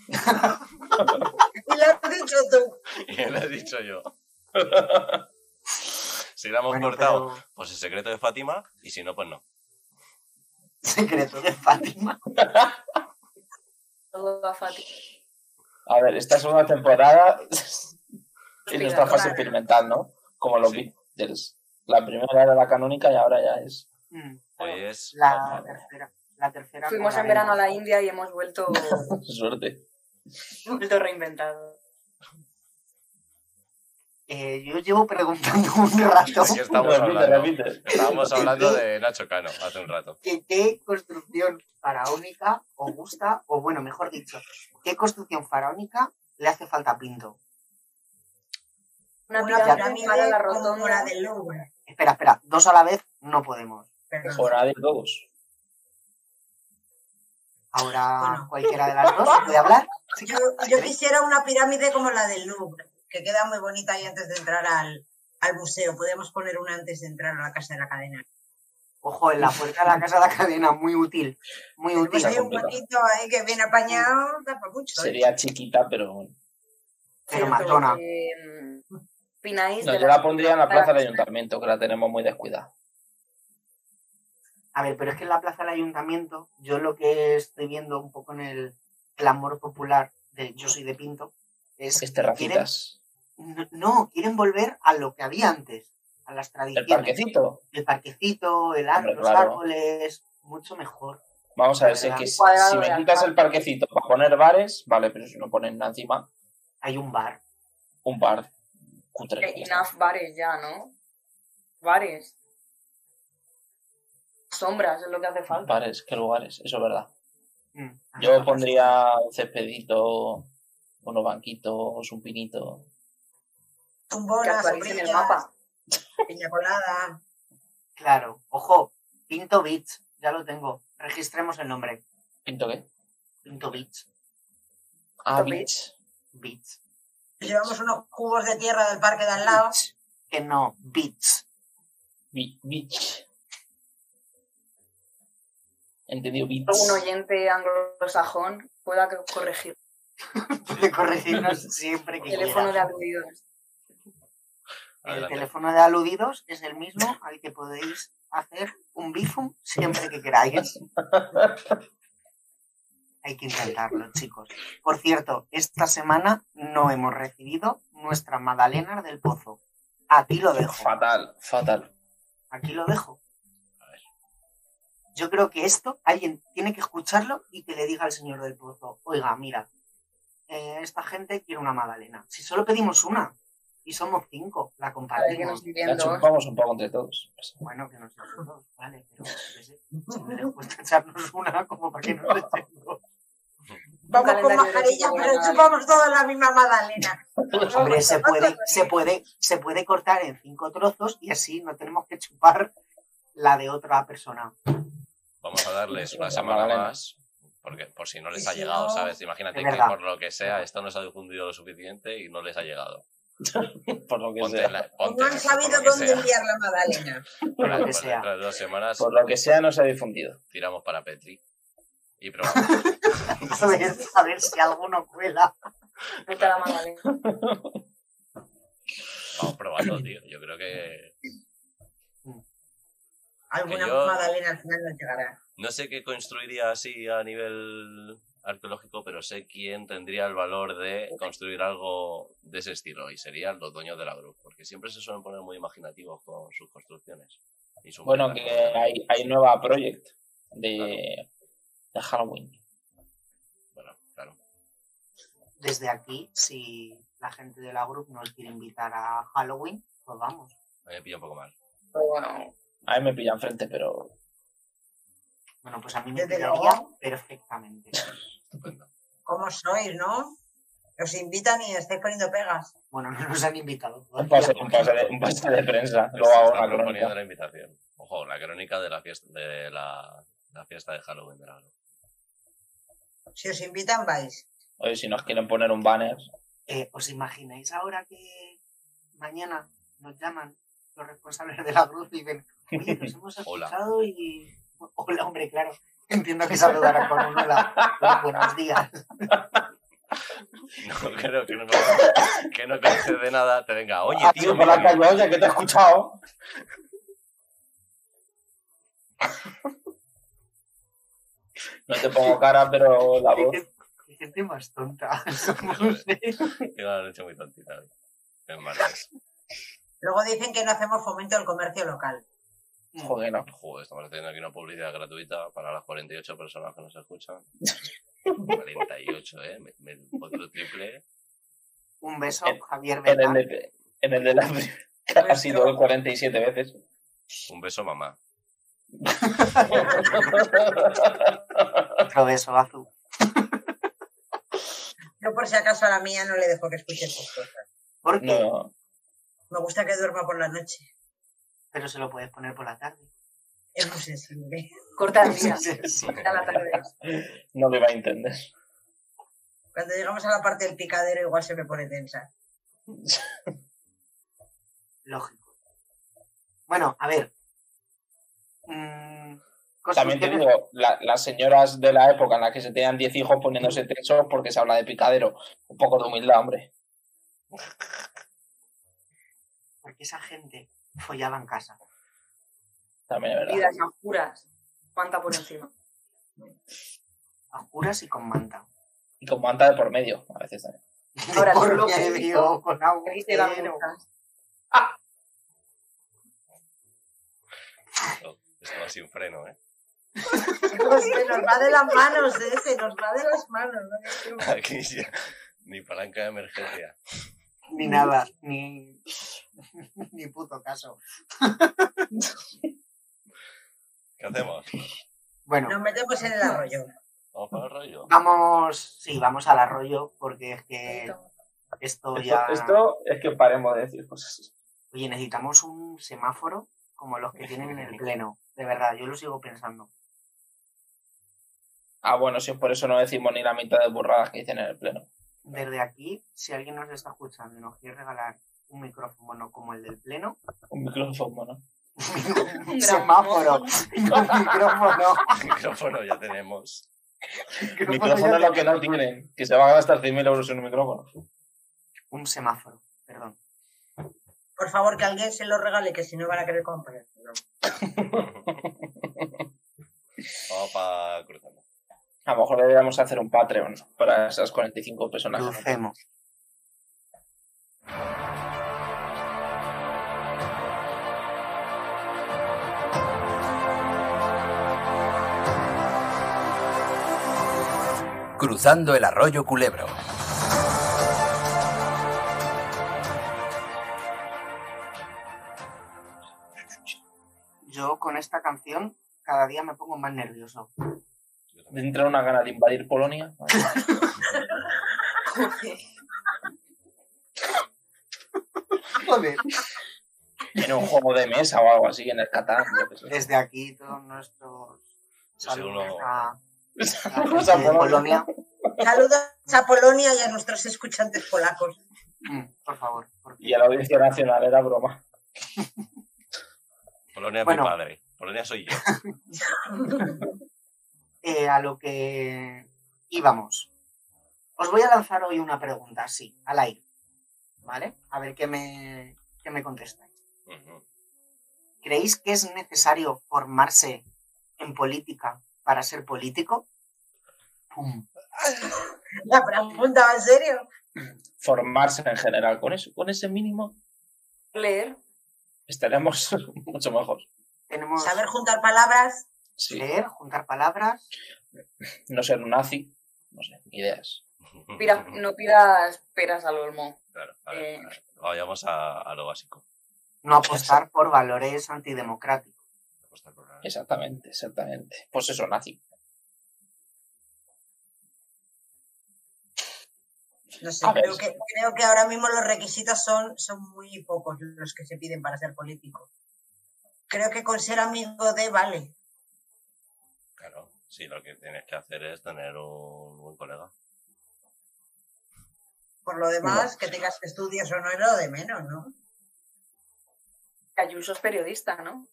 [SPEAKER 4] Y lo has dicho tú.
[SPEAKER 5] Y lo he dicho yo. Si la hemos
[SPEAKER 3] Bueno,
[SPEAKER 5] cortado,
[SPEAKER 3] pero-
[SPEAKER 5] pues el secreto de Fátima, y si no, pues no.
[SPEAKER 3] Secreto de Fátima.
[SPEAKER 8] Todo a Fati.
[SPEAKER 6] A ver, esta segunda temporada es nuestra fase
[SPEAKER 4] Claro.
[SPEAKER 6] experimental, ¿no? Como los
[SPEAKER 5] Sí.
[SPEAKER 6] Beatles. La primera era la canónica y ahora ya es.
[SPEAKER 3] Mm,
[SPEAKER 5] Hoy es.
[SPEAKER 3] La tercera. La tercera.
[SPEAKER 8] Fuimos
[SPEAKER 3] con
[SPEAKER 8] en verano a la
[SPEAKER 3] arena.
[SPEAKER 8] India y hemos vuelto,
[SPEAKER 6] Suerte.
[SPEAKER 8] vuelto reinventados.
[SPEAKER 3] Eh, yo llevo preguntando un rato
[SPEAKER 5] ¿De qué estamos
[SPEAKER 6] Repite,
[SPEAKER 5] hablando?
[SPEAKER 6] repite.
[SPEAKER 5] Estábamos hablando de Nacho Cano hace un rato.
[SPEAKER 3] que qué construcción faraónica os gusta, o bueno, mejor dicho, qué construcción faraónica le hace falta a Pinto.
[SPEAKER 8] Una
[SPEAKER 4] Una
[SPEAKER 8] pirámide para la
[SPEAKER 4] pirámide como la
[SPEAKER 8] rotonda.
[SPEAKER 4] del Louvre.
[SPEAKER 3] Espera, espera, dos a la vez no podemos.
[SPEAKER 4] Perdón.
[SPEAKER 6] Jornada de todos.
[SPEAKER 3] Ahora
[SPEAKER 4] Bueno.
[SPEAKER 3] cualquiera de las dos puede hablar.
[SPEAKER 4] Yo,
[SPEAKER 8] ¿eh?
[SPEAKER 4] yo quisiera una pirámide como la del Louvre, que queda muy bonita ahí antes de entrar al, al museo. Podemos poner una antes de entrar a la casa de la cadena.
[SPEAKER 3] Ojo, en la puerta de la casa de la cadena, muy útil, muy útil.
[SPEAKER 4] Pues hay un
[SPEAKER 6] complicado.
[SPEAKER 4] huequito ahí que viene apañado, da para mucho. ¿eh?
[SPEAKER 6] Sería chiquita, pero bueno.
[SPEAKER 3] Pero
[SPEAKER 8] Cierto,
[SPEAKER 3] Madonna,
[SPEAKER 8] eh, ¿Opináis
[SPEAKER 6] No,
[SPEAKER 8] de
[SPEAKER 6] yo
[SPEAKER 8] la-
[SPEAKER 6] la pondría en la plaza del ayuntamiento, que la tenemos muy descuidada.
[SPEAKER 3] a ver, pero es que en la plaza del ayuntamiento, yo lo que estoy viendo un poco en el clamor popular de Yo soy de Pinto, es
[SPEAKER 6] Es terracitas.
[SPEAKER 3] no, no, quieren volver a lo que había antes, a las
[SPEAKER 6] El
[SPEAKER 3] tradiciones.
[SPEAKER 6] parquecito.
[SPEAKER 3] el parquecito, el ar-
[SPEAKER 6] Hombre,
[SPEAKER 3] los
[SPEAKER 6] claro.
[SPEAKER 3] árboles, mucho mejor.
[SPEAKER 6] Vamos a ver, si, es
[SPEAKER 3] Verdad.
[SPEAKER 6] que si-
[SPEAKER 8] Cuadrado
[SPEAKER 6] si
[SPEAKER 8] de
[SPEAKER 6] me
[SPEAKER 8] alfalfa.
[SPEAKER 6] quitas el parquecito para poner bares, vale, pero si no ponen nada encima
[SPEAKER 3] Hay un bar.
[SPEAKER 6] un bar cutre.
[SPEAKER 8] Eh, Enough bares ya, ¿no? Bares. Sombras es lo que hace falta.
[SPEAKER 6] Bares, qué lugares, eso es verdad.
[SPEAKER 3] Mm.
[SPEAKER 6] Yo pondría un cespedito, unos banquitos, un pinito.
[SPEAKER 8] Que
[SPEAKER 4] Tumbonas,
[SPEAKER 8] actualicen el
[SPEAKER 4] sombrillas,
[SPEAKER 8] mapa.
[SPEAKER 4] piña colada.
[SPEAKER 3] Claro. Ojo, Pinto Beach, ya lo tengo. Registremos el nombre.
[SPEAKER 6] ¿Pinto qué?
[SPEAKER 3] Pinto Beach.
[SPEAKER 6] Ah,
[SPEAKER 8] Pinto
[SPEAKER 6] beach.
[SPEAKER 3] Beach.
[SPEAKER 4] Llevamos unos cubos de tierra del parque de al lado.
[SPEAKER 3] Beach. Que no, Beach.
[SPEAKER 6] Bi- Beach. Entendido, beach.
[SPEAKER 8] Un oyente anglosajón pueda co- corregir.
[SPEAKER 3] Pues Puede corregirnos siempre que
[SPEAKER 8] Teléfono de
[SPEAKER 3] quiera.
[SPEAKER 8] aludidos.
[SPEAKER 3] El
[SPEAKER 5] Adelante.
[SPEAKER 3] teléfono de aludidos es el mismo al que podéis hacer un bifum siempre que queráis. Hay que intentarlo, chicos. Por cierto, esta semana no hemos recibido nuestra Madalena del Pozo. Aquí lo dejo.
[SPEAKER 6] Fatal, fatal.
[SPEAKER 3] Aquí lo dejo.
[SPEAKER 5] A ver.
[SPEAKER 3] Yo creo que esto alguien tiene que escucharlo y que le diga al señor del pozo, oiga, mira, eh, esta gente quiere una magdalena. Si solo pedimos una y somos cinco, la
[SPEAKER 8] A ver que nos
[SPEAKER 3] compartimos.
[SPEAKER 6] La
[SPEAKER 8] envíen dos.
[SPEAKER 6] chupamos un poco entre todos.
[SPEAKER 3] Bueno, que nos echen dos, vale, pero yo qué sé, si no les cuesta echarnos una, como para que nos echen dos.
[SPEAKER 4] Vamos con
[SPEAKER 8] calendario de
[SPEAKER 4] mascarilla,
[SPEAKER 8] tipo
[SPEAKER 4] pero
[SPEAKER 8] Nadal.
[SPEAKER 4] chupamos todos la misma magdalena.
[SPEAKER 3] Hombre, se puede, se puede, se puede cortar en cinco trozos y así no tenemos que chupar la de otra persona.
[SPEAKER 5] Vamos a darles una
[SPEAKER 6] Venga,
[SPEAKER 5] semana
[SPEAKER 6] Magdalena.
[SPEAKER 5] más. Porque por si no les
[SPEAKER 4] Y
[SPEAKER 5] ha
[SPEAKER 4] si
[SPEAKER 5] llegado,
[SPEAKER 4] no,
[SPEAKER 5] ¿sabes? Imagínate
[SPEAKER 3] es
[SPEAKER 5] que
[SPEAKER 3] verdad.
[SPEAKER 5] por lo que sea, esto no se ha difundido lo suficiente y no les ha llegado.
[SPEAKER 6] Por lo que
[SPEAKER 5] Ponte,
[SPEAKER 6] sea.
[SPEAKER 5] la,
[SPEAKER 4] O
[SPEAKER 5] ponte
[SPEAKER 4] No han
[SPEAKER 5] eso, por
[SPEAKER 4] sabido
[SPEAKER 5] lo que
[SPEAKER 4] dónde
[SPEAKER 5] sea.
[SPEAKER 4] enviar la magdalena.
[SPEAKER 3] Por lo que
[SPEAKER 5] Pues
[SPEAKER 3] sea.
[SPEAKER 5] dentro de dos semanas
[SPEAKER 6] Por lo que sea, no se ha difundido.
[SPEAKER 5] tiramos para Petri y probamos.
[SPEAKER 3] A ver, a ver si alguno cuela.
[SPEAKER 8] Vete a la Magdalena.
[SPEAKER 5] Vamos probando, tío. Yo creo que.
[SPEAKER 4] Alguna
[SPEAKER 5] yo-
[SPEAKER 4] magdalena al final nos llegará.
[SPEAKER 5] No sé qué construiría así a nivel arqueológico, pero sé quién tendría el valor de construir algo de ese estilo y serían los dueños de la cruz, porque siempre se suelen poner muy imaginativos con sus construcciones. y sus
[SPEAKER 6] Bueno, que
[SPEAKER 5] maneras de hacer.
[SPEAKER 6] hay, hay nueva project de, de Halloween.
[SPEAKER 5] Bueno, claro.
[SPEAKER 3] desde aquí, si la gente de la group nos quiere invitar a Halloween, pues vamos.
[SPEAKER 5] A mí me pilla un poco mal.
[SPEAKER 8] Pero bueno,
[SPEAKER 6] A mí me pilla enfrente, pero
[SPEAKER 3] Bueno, pues a mí me
[SPEAKER 4] Desde
[SPEAKER 3] quedaría
[SPEAKER 4] luego.
[SPEAKER 3] perfectamente.
[SPEAKER 5] Estupendo.
[SPEAKER 4] ¿Cómo sois, no? Os invitan y estáis poniendo pegas.
[SPEAKER 3] Bueno, no nos han invitado.
[SPEAKER 6] un
[SPEAKER 3] todavía.
[SPEAKER 6] pase, un pase de, un pase de prensa.
[SPEAKER 5] Se
[SPEAKER 6] Luego hago
[SPEAKER 5] está
[SPEAKER 6] una
[SPEAKER 5] proponiendo
[SPEAKER 6] crónica.
[SPEAKER 5] la invitación. Ojo, la crónica de la fiesta de la, la fiesta de Halloween de la cruz.
[SPEAKER 4] Si os invitan, vais.
[SPEAKER 6] Oye, si nos quieren poner un banner,
[SPEAKER 3] Eh, ¿Os imagináis ahora que mañana nos llaman los responsables de la group y ven, oye, nos hemos
[SPEAKER 5] Hola.
[SPEAKER 3] escuchado y... Hola, hombre, claro. Entiendo que saludarán con un hola. Bueno, buenos días.
[SPEAKER 5] No creo que no, que no conoces de nada. Te venga, oye,
[SPEAKER 6] Ah,
[SPEAKER 5] tío.
[SPEAKER 6] me la
[SPEAKER 5] mira,
[SPEAKER 6] callo, ya que te he escuchado. No te pongo cara, pero la voz.
[SPEAKER 3] Qué- qué gente más tonta.
[SPEAKER 5] Tengo la noche muy tontita hoy. Es martes.
[SPEAKER 4] Luego dicen que no hacemos fomento del comercio local.
[SPEAKER 6] Joder, no.
[SPEAKER 5] Joder, estamos haciendo aquí una publicidad gratuita para las 48 personas que nos escuchan. 48, ¿eh? Me, me- otro triple.
[SPEAKER 3] Un beso,
[SPEAKER 6] En-
[SPEAKER 3] Javier
[SPEAKER 6] En
[SPEAKER 3] Vega.
[SPEAKER 6] el de, en el de la ha sido 47 veces.
[SPEAKER 5] Un beso, mamá.
[SPEAKER 3] Otro beso, Azul.
[SPEAKER 4] Yo por si acaso a la mía no le dejo que escuche estas cosas.
[SPEAKER 3] Porque,
[SPEAKER 6] No,
[SPEAKER 4] Me gusta que duerma por la noche.
[SPEAKER 3] pero se lo puedes poner por la tarde.
[SPEAKER 4] Es muy sensible.
[SPEAKER 8] Corta el día.
[SPEAKER 3] Sí.
[SPEAKER 8] Corta la tarde.
[SPEAKER 6] no lo iba a entender.
[SPEAKER 4] Cuando llegamos a la parte del picadero igual se me pone tensa.
[SPEAKER 3] Lógico. Bueno, a ver. Mm,
[SPEAKER 6] También te
[SPEAKER 3] construcciones-
[SPEAKER 6] digo, la- las señoras de la época en la que se tenían 10 hijos poniéndose tres ojos porque se habla de picadero. Un poco de humildad, hombre.
[SPEAKER 3] Porque esa gente follaba en casa.
[SPEAKER 6] También es verdad.
[SPEAKER 8] Vidas a oscuras. Manta por encima.
[SPEAKER 3] A oscuras y con manta.
[SPEAKER 6] Y con manta de por medio, a veces también.
[SPEAKER 8] Ahora,
[SPEAKER 3] por
[SPEAKER 8] tú
[SPEAKER 3] lo
[SPEAKER 8] lo
[SPEAKER 3] que
[SPEAKER 8] que
[SPEAKER 3] digo, con
[SPEAKER 8] Aquí te dan
[SPEAKER 3] agujero.
[SPEAKER 8] multas.
[SPEAKER 5] Esto va sin freno, ¿eh?
[SPEAKER 4] No, se nos va de las manos, ¿eh? se nos va de las manos. ¿no?
[SPEAKER 5] Aquí ya. Ni palanca de emergencia.
[SPEAKER 3] Ni nada, ni, ni puto caso.
[SPEAKER 5] ¿Qué hacemos?
[SPEAKER 3] Bueno,
[SPEAKER 4] Nos metemos en el arroyo.
[SPEAKER 5] ¿Vamos para el rollo?
[SPEAKER 3] vamos, sí, vamos al arroyo porque es que esto ya...
[SPEAKER 6] Esto, esto es que paremos de decir cosas.
[SPEAKER 3] Oye, necesitamos un semáforo como los que tienen en el pleno. De verdad, yo lo sigo pensando.
[SPEAKER 6] Ah, bueno, si es por eso no decimos ni la mitad de burradas que dicen en el pleno.
[SPEAKER 3] Desde aquí, si alguien nos está escuchando y nos quiere regalar un micrófono como el del pleno,
[SPEAKER 6] Un micrófono, ¿no?
[SPEAKER 3] un semáforo, un micrófono,
[SPEAKER 5] Micrófono ya tenemos.
[SPEAKER 6] Micrófono es lo que no tienen, que se van a gastar 100.000 euros en un micrófono.
[SPEAKER 3] un semáforo, perdón.
[SPEAKER 4] Por favor, que alguien se lo regale, que si no van a querer comprar.
[SPEAKER 5] Vamos para cruzando.
[SPEAKER 6] A lo mejor deberíamos hacer un Patreon para esas 45 personas.
[SPEAKER 3] Crucemos.
[SPEAKER 7] Cruzando el arroyo Culebro.
[SPEAKER 3] Yo con esta canción cada día me pongo más nervioso.
[SPEAKER 6] Me entra una gana de invadir Polonia.
[SPEAKER 3] Joder.
[SPEAKER 6] en un juego de mesa o algo así, en el Catán. yo qué sé.
[SPEAKER 3] Desde aquí todos nuestros saludos
[SPEAKER 5] uno-
[SPEAKER 3] a, a la
[SPEAKER 6] Vamos
[SPEAKER 3] gente
[SPEAKER 6] a
[SPEAKER 3] de
[SPEAKER 6] Polonia.
[SPEAKER 3] Polonia.
[SPEAKER 4] Saludos a Polonia y a nuestros escuchantes polacos.
[SPEAKER 3] Mm, Por favor. porque-
[SPEAKER 6] Y a la Audiencia Nacional era broma.
[SPEAKER 5] Polonia es
[SPEAKER 3] Bueno.
[SPEAKER 5] mi padre. Polonia soy yo.
[SPEAKER 3] eh, a lo que íbamos. Os voy a lanzar hoy una pregunta, sí, al aire. ¿Vale? A ver qué me, qué me contestáis.
[SPEAKER 5] Ujú.
[SPEAKER 3] ¿Creéis que es necesario formarse en política para ser político? Pum.
[SPEAKER 4] La pregunta va en serio.
[SPEAKER 6] Formarse en general. Con, eso, con ese mínimo
[SPEAKER 8] Leer.
[SPEAKER 6] estaremos mucho mejor.
[SPEAKER 3] Tenemos
[SPEAKER 4] Saber juntar palabras.
[SPEAKER 6] Sí.
[SPEAKER 3] leer, juntar palabras.
[SPEAKER 6] No ser un nazi. No sé, ideas.
[SPEAKER 8] Pira- no pidas peras al olmo.
[SPEAKER 5] Claro, a ver,
[SPEAKER 8] Eh.
[SPEAKER 5] a ver, Vayamos a, a lo básico.
[SPEAKER 3] No apostar por valores antidemocráticos.
[SPEAKER 5] Apostar por la-
[SPEAKER 6] Exactamente, exactamente. Pues eso, nazi.
[SPEAKER 4] No sé,
[SPEAKER 6] A ver.
[SPEAKER 4] creo que, creo que ahora mismo los requisitos son, son muy pocos los que se piden para ser político. Creo que con ser amigo de vale.
[SPEAKER 5] Claro, sí, lo que tienes que hacer es tener un buen colega.
[SPEAKER 4] Por lo demás, que tengas estudios o no es lo de menos, ¿no?
[SPEAKER 8] Ayuso es periodista, ¿no?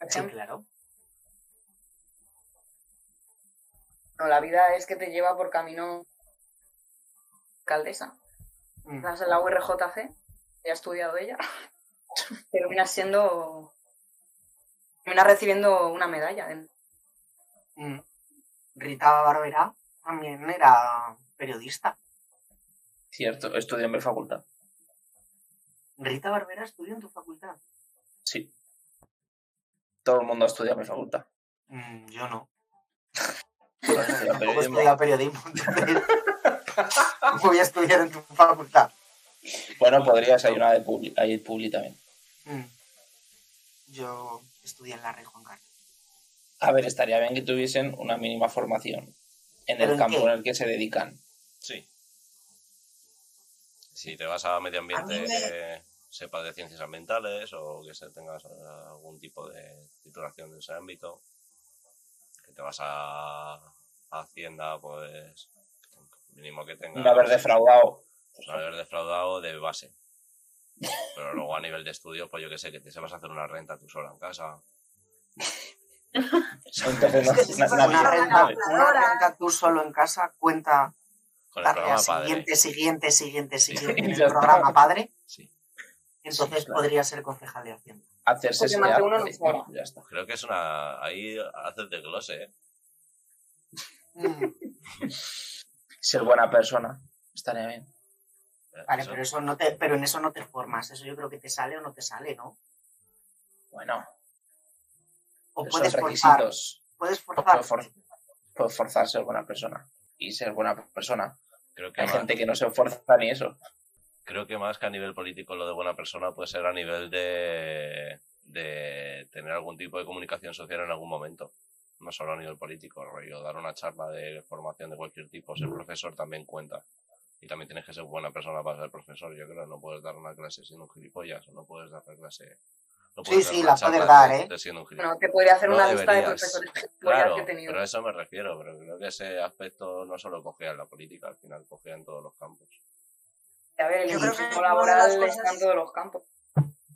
[SPEAKER 8] Por
[SPEAKER 3] Sí,
[SPEAKER 8] ejemplo.
[SPEAKER 3] claro.
[SPEAKER 8] No, la vida es que te lleva por caminos alcaldesa.
[SPEAKER 3] Mm.
[SPEAKER 8] Vas a la URJC, ya ha estudiado ella, terminas siendo. terminas recibiendo una medalla. en-
[SPEAKER 3] Mm. Rita Barberá también era periodista.
[SPEAKER 6] Cierto, estudié en mi facultad.
[SPEAKER 3] Rita Barberá estudió en tu facultad.
[SPEAKER 6] Sí. Todo el mundo estudia en mi facultad.
[SPEAKER 3] Mm, yo no.
[SPEAKER 6] Yo no estudié
[SPEAKER 3] Tampoco
[SPEAKER 6] periodismo.
[SPEAKER 3] estudiaba periodismo. entonces, ¿Cómo voy a estudiar en tu facultad?
[SPEAKER 6] Bueno, podrías, hay una de Publi, hay Publi también.
[SPEAKER 3] Mm. Yo estudié en la Rey Juan Carlos.
[SPEAKER 6] A ver, estaría bien que tuviesen una mínima formación en
[SPEAKER 3] ¿Pero
[SPEAKER 6] el
[SPEAKER 3] en
[SPEAKER 6] campo
[SPEAKER 3] qué?
[SPEAKER 6] en el que se dedican.
[SPEAKER 5] Sí. Si te vas a medio ambiente,
[SPEAKER 4] A mí me-
[SPEAKER 5] que sepas de ciencias ambientales o que se tengas algún tipo de titulación en ese ámbito. Que te vas a, a Hacienda, pues mínimo que tengas.
[SPEAKER 6] No haber defraudado.
[SPEAKER 5] no haber defraudado de base. Pero luego a nivel de estudio, pues yo que sé, que te sepas hacer una renta tú sola en casa.
[SPEAKER 6] Entonces,
[SPEAKER 4] Es que si
[SPEAKER 6] na-
[SPEAKER 4] fuese una
[SPEAKER 6] na-
[SPEAKER 3] Una
[SPEAKER 6] nadie-
[SPEAKER 4] renta-
[SPEAKER 3] renta,
[SPEAKER 6] nadie-
[SPEAKER 3] una renta tú solo en casa cuenta
[SPEAKER 5] Con el
[SPEAKER 3] tarea
[SPEAKER 5] programa padre.
[SPEAKER 3] siguiente, siguiente, siguiente, siguiente en
[SPEAKER 6] Ya
[SPEAKER 3] el
[SPEAKER 6] está.
[SPEAKER 3] programa padre.
[SPEAKER 5] Sí.
[SPEAKER 3] Entonces
[SPEAKER 6] Sí, claro.
[SPEAKER 3] podría ser concejal de Hacienda.
[SPEAKER 6] hacerse
[SPEAKER 8] Porque más de
[SPEAKER 6] SEAT,
[SPEAKER 8] uno no
[SPEAKER 6] sí,
[SPEAKER 8] sobra.
[SPEAKER 6] Ya está.
[SPEAKER 5] Creo que es una. Ahí haces desglose, ¿eh?
[SPEAKER 3] Mm,
[SPEAKER 6] Ser buena persona. Estaría bien.
[SPEAKER 3] Vale,
[SPEAKER 5] Eso-
[SPEAKER 3] pero eso no te, pero en eso no te formas. Eso yo creo que te sale o no te sale, ¿no?
[SPEAKER 6] Bueno,
[SPEAKER 3] O
[SPEAKER 6] esos
[SPEAKER 3] puedes forzar.
[SPEAKER 6] requisitos.
[SPEAKER 3] Puedes
[SPEAKER 6] Puedo,
[SPEAKER 3] forzar.
[SPEAKER 6] for- puedo forzar ser buena persona. Y ser buena persona.
[SPEAKER 5] creo que
[SPEAKER 6] Hay
[SPEAKER 5] más-
[SPEAKER 6] gente que no se esfuerza ni eso.
[SPEAKER 5] creo que más que a nivel político lo de buena persona puede ser a nivel de, de tener algún tipo de comunicación social en algún momento. No solo a nivel político, rollo, dar una charla de formación de cualquier tipo, ser profesor también cuenta. Y también tienes que ser buena persona para ser profesor, yo creo. No puedes dar una clase siendo un gilipollas, o no puedes dar una clase... No
[SPEAKER 3] Sí,
[SPEAKER 5] puedes
[SPEAKER 3] sí,
[SPEAKER 5] una
[SPEAKER 3] la puedes
[SPEAKER 5] charla
[SPEAKER 3] dar,
[SPEAKER 5] de-
[SPEAKER 3] ¿eh?
[SPEAKER 5] de siendo un gilipollas.
[SPEAKER 8] Bueno, te podría hacer
[SPEAKER 5] No
[SPEAKER 8] una lista de
[SPEAKER 5] deberías.
[SPEAKER 8] profesores que
[SPEAKER 5] Claro,
[SPEAKER 8] que he tenido.
[SPEAKER 5] pero a eso me refiero, pero creo que ese aspecto no solo cogea en la política, al final cogea en todos los campos.
[SPEAKER 8] A ver, el
[SPEAKER 4] Yo
[SPEAKER 3] creo
[SPEAKER 8] incluso
[SPEAKER 4] que una
[SPEAKER 8] laboral
[SPEAKER 4] de las
[SPEAKER 8] está en
[SPEAKER 4] cosas-
[SPEAKER 8] todos los campos.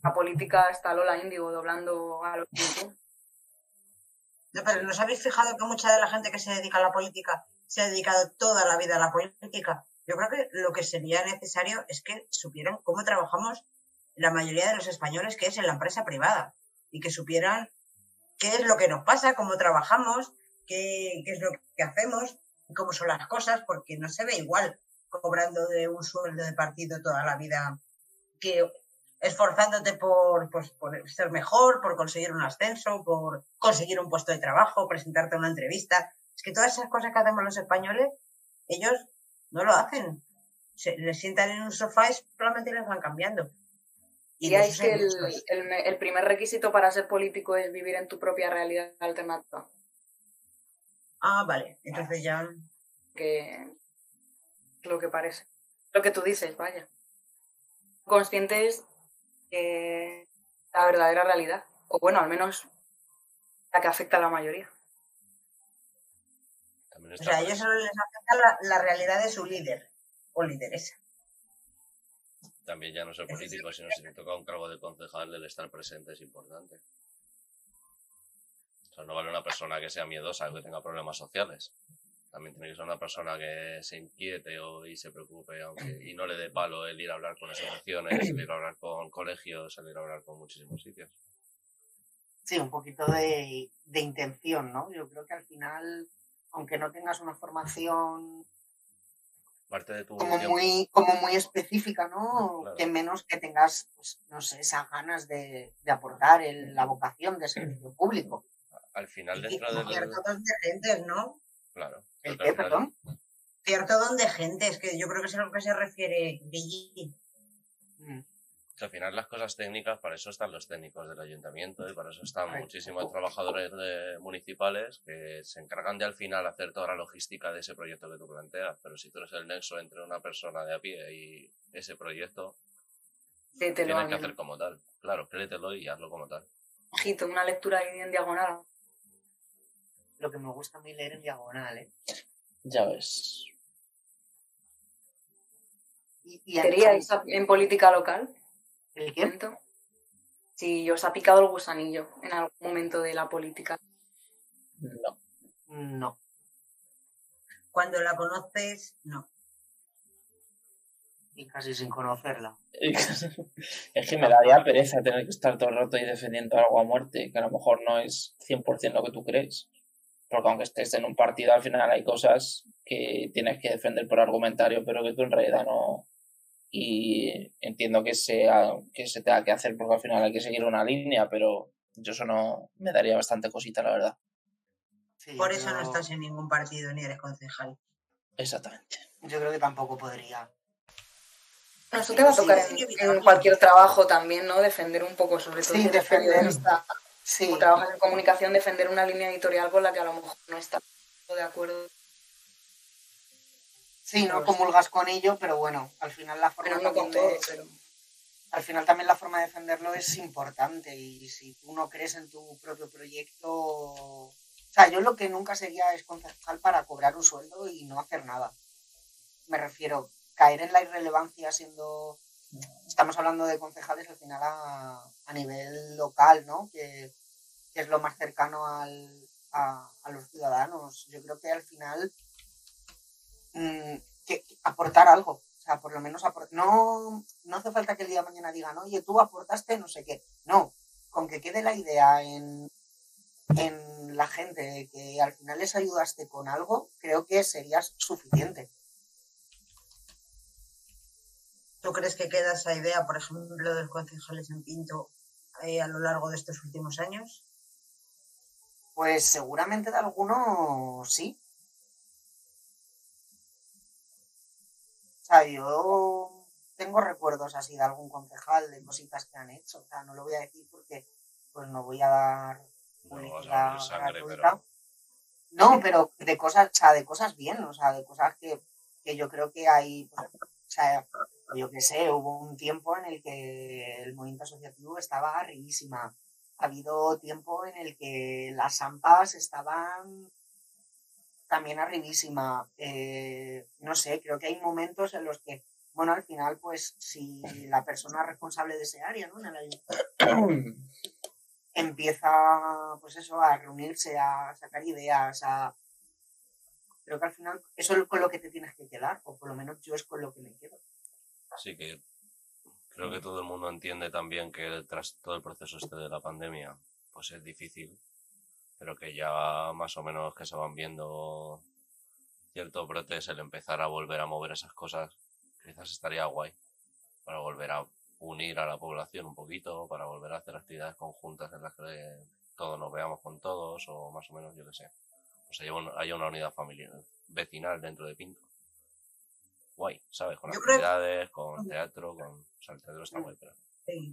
[SPEAKER 8] La política está Lola Índigo doblando a los
[SPEAKER 4] Ah,
[SPEAKER 8] YouTube.
[SPEAKER 4] No, pero ¿nos habéis fijado que mucha de la gente que se dedica a la política se ha dedicado toda la vida a la política? Yo creo que lo que sería necesario es que supieran cómo trabajamos la mayoría de los españoles, que es en la empresa privada, y que supieran qué es lo que nos pasa, cómo trabajamos, qué, qué es lo que hacemos, y cómo son las cosas, porque no se ve igual cobrando de un sueldo de partido toda la vida que esforzándote por, pues, por ser mejor, por conseguir un ascenso, por conseguir un puesto de trabajo, presentarte a una entrevista. Es que todas esas cosas que hacemos los españoles, ellos no lo hacen. Se, les sientan en un sofá y solamente les van cambiando.
[SPEAKER 8] Y
[SPEAKER 4] de
[SPEAKER 8] hay
[SPEAKER 4] eso
[SPEAKER 8] que
[SPEAKER 4] hay
[SPEAKER 8] el,
[SPEAKER 4] muchos.
[SPEAKER 8] el me- el primer requisito para ser político es vivir en tu propia realidad alternativa.
[SPEAKER 4] Ah, vale. Entonces ya...
[SPEAKER 8] que es lo que parece. Lo que tú dices, vaya. Conscientes de la verdadera realidad. O bueno, al menos la que afecta a la mayoría.
[SPEAKER 5] También
[SPEAKER 4] O
[SPEAKER 5] está
[SPEAKER 4] sea, a
[SPEAKER 5] por
[SPEAKER 4] ellos
[SPEAKER 5] eso.
[SPEAKER 4] solo les afecta la, la realidad de su líder o lideresa.
[SPEAKER 5] también ya no ser
[SPEAKER 4] Ese es el
[SPEAKER 5] político, sino si te toca un cargo de concejal, el estar presente es importante. O sea, no vale una persona que sea miedosa o que tenga problemas sociales. También tiene que ser una persona que se inquiete o, y se preocupe aunque, y no le dé palo el ir a hablar con asociaciones, el ir a hablar con colegios, el ir a hablar con muchísimos sitios.
[SPEAKER 3] Sí, un poquito de, de intención, ¿no? Yo creo que al final, aunque no tengas una formación
[SPEAKER 5] Parte de tu
[SPEAKER 3] como
[SPEAKER 5] tiempo-
[SPEAKER 3] muy, como muy específica, ¿no?
[SPEAKER 5] Claro.
[SPEAKER 3] Que menos que tengas, pues, no sé, esas ganas de, de aportar el- la vocación de servicio público.
[SPEAKER 5] al final
[SPEAKER 3] y-
[SPEAKER 5] dentro
[SPEAKER 3] y
[SPEAKER 5] del...
[SPEAKER 4] Cierto don de gentes, ¿no?
[SPEAKER 5] Claro.
[SPEAKER 3] ¿El
[SPEAKER 5] Porque
[SPEAKER 3] qué,
[SPEAKER 5] al final-
[SPEAKER 3] perdón?
[SPEAKER 4] Cierto don de gentes, que yo creo que es a lo que se refiere Gigi.
[SPEAKER 3] Mm,
[SPEAKER 5] que al final las cosas técnicas, para eso están los técnicos del ayuntamiento y para eso están
[SPEAKER 3] Ay.
[SPEAKER 5] muchísimos trabajadores de- municipales que se encargan de al final hacer toda la logística de ese proyecto que tú planteas. Pero si tú eres el nexo entre una persona de a pie y ese proyecto,
[SPEAKER 8] Léetelo,
[SPEAKER 5] tienes que
[SPEAKER 8] amigo.
[SPEAKER 5] hacer como tal. Claro, créetelo y hazlo como tal.
[SPEAKER 8] Ojito, una lectura ahí en diagonal.
[SPEAKER 3] Lo que me gusta a mí leer en diagonal, ¿eh?
[SPEAKER 6] Ya ves.
[SPEAKER 3] Y, y
[SPEAKER 8] ¿Queríais ap- en política local?
[SPEAKER 3] ¿El qué?
[SPEAKER 8] momento? Si os ha picado el gusanillo en algún momento de la política.
[SPEAKER 6] No.
[SPEAKER 3] No.
[SPEAKER 4] Cuando la conoces, no.
[SPEAKER 3] y casi sin conocerla.
[SPEAKER 6] es que me daría pereza tener que estar todo el rato ahí defendiendo algo a muerte, que a lo mejor no es 100% lo que tú crees. Porque aunque estés en un partido, al final hay cosas que tienes que defender por argumentario, pero que tú en realidad no. Y entiendo que, sea, que se tenga que hacer porque al final hay que seguir una línea, pero yo eso no me daría bastante cosita, la verdad.
[SPEAKER 3] Sí,
[SPEAKER 4] Por eso
[SPEAKER 3] yo-
[SPEAKER 4] no estás en ningún partido ni eres concejal.
[SPEAKER 6] Exactamente.
[SPEAKER 3] Yo creo que tampoco podría.
[SPEAKER 8] No, eso te va a
[SPEAKER 4] Sí,
[SPEAKER 8] tocar
[SPEAKER 4] sí,
[SPEAKER 8] en- en,
[SPEAKER 4] evitarlo.
[SPEAKER 8] cualquier trabajo también, ¿no? Defender un poco, sobre todo
[SPEAKER 3] Sí,
[SPEAKER 8] si eres
[SPEAKER 3] defender.
[SPEAKER 8] periodista
[SPEAKER 3] Sí,
[SPEAKER 8] o trabajas en comunicación, defender una línea editorial con la que a lo mejor no estás de acuerdo.
[SPEAKER 3] sí, no comulgas con ello, pero bueno, al final la forma
[SPEAKER 8] Pero no con
[SPEAKER 3] también de-
[SPEAKER 8] todo, pero...
[SPEAKER 3] al final también la forma de defenderlo es importante y si tú no crees en tu propio proyecto, o sea, yo lo que nunca sería es concejal para cobrar un sueldo y no hacer nada. Me refiero, caer en la irrelevancia siendo, estamos hablando de concejales al final a, a nivel local, ¿no? Que, que es lo más cercano al- a, a los ciudadanos. Yo creo que al final mm, que, que aportar algo. O sea, por lo menos apor- no, no hace falta que el día de mañana digan, oye, tú aportaste no sé qué. No, con que quede la idea en, en la gente de que al final les ayudaste con algo, creo que sería suficiente.
[SPEAKER 4] ¿Tú crees que queda esa idea, por ejemplo, de los concejales en Pinto eh, a lo largo de estos últimos años?
[SPEAKER 3] Pues seguramente de alguno sí. O sea, yo tengo recuerdos así de algún concejal, de cositas que han hecho. O sea, no lo voy a decir porque pues no voy a dar Pues
[SPEAKER 5] No vas a
[SPEAKER 3] publicidad
[SPEAKER 5] abrir sangre,
[SPEAKER 3] gratuita.
[SPEAKER 5] pero.
[SPEAKER 3] No, pero de cosas, o sea, de cosas bien, o sea, de cosas que, que yo creo que hay, pues, o sea, yo qué sé, hubo un tiempo en el que el movimiento asociativo estaba arribísima. Ha habido tiempo en el que las AMPAs estaban también arribísima. Eh, no sé, creo que hay momentos en los que, bueno, al final, pues, si la persona responsable de ese área, ¿no? En el ayuntamiento, empieza pues eso a reunirse a sacar ideas a creo que al final eso es con lo que te tienes que quedar o por lo menos yo es con lo que me quedo
[SPEAKER 5] Sí que creo que todo el mundo entiende también que el- tras todo el proceso este de la pandemia, pues es difícil, pero que ya más o menos que se van viendo ciertos brotes, el empezar a volver a mover esas cosas, quizás estaría guay para volver a unir a la población un poquito, para volver a hacer actividades conjuntas en las que todos nos veamos con todos, o más o menos, yo qué sé. O sea, haya un- haya una unidad familiar, vecinal dentro de Pinto. Guay, ¿sabes? Con
[SPEAKER 4] Yo creo- Mm.
[SPEAKER 5] actividades, con teatro, con... O sea, el teatro está guay, pero...
[SPEAKER 4] Sí.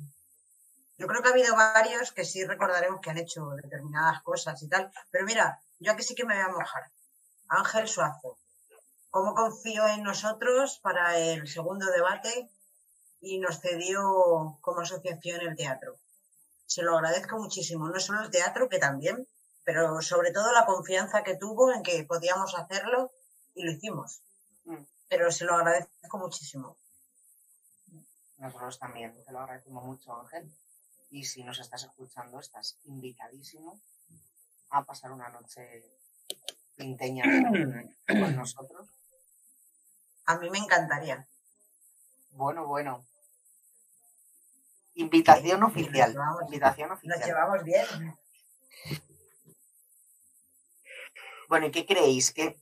[SPEAKER 4] Yo creo que ha habido varios que sí recordaremos que han hecho determinadas cosas y tal. Pero mira, yo aquí sí que me voy a mojar. Ángel Suazo, ¿cómo confió en nosotros para el segundo debate y nos cedió como asociación el teatro? Se lo agradezco muchísimo, no solo el teatro, que también, pero sobre todo la confianza que tuvo en que podíamos hacerlo y lo hicimos.
[SPEAKER 3] Mm.
[SPEAKER 4] Pero se lo agradezco muchísimo.
[SPEAKER 3] nosotros también te lo agradecemos mucho Ángel y si nos estás escuchando estás invitadísimo a pasar una noche pinteña con nosotros
[SPEAKER 4] A mí me encantaría.
[SPEAKER 3] bueno bueno invitación oficial
[SPEAKER 4] Vamos.
[SPEAKER 3] invitación
[SPEAKER 4] Nos
[SPEAKER 3] oficial
[SPEAKER 4] llevamos bien.
[SPEAKER 3] Bueno, ¿y qué creéis? ¿Qué,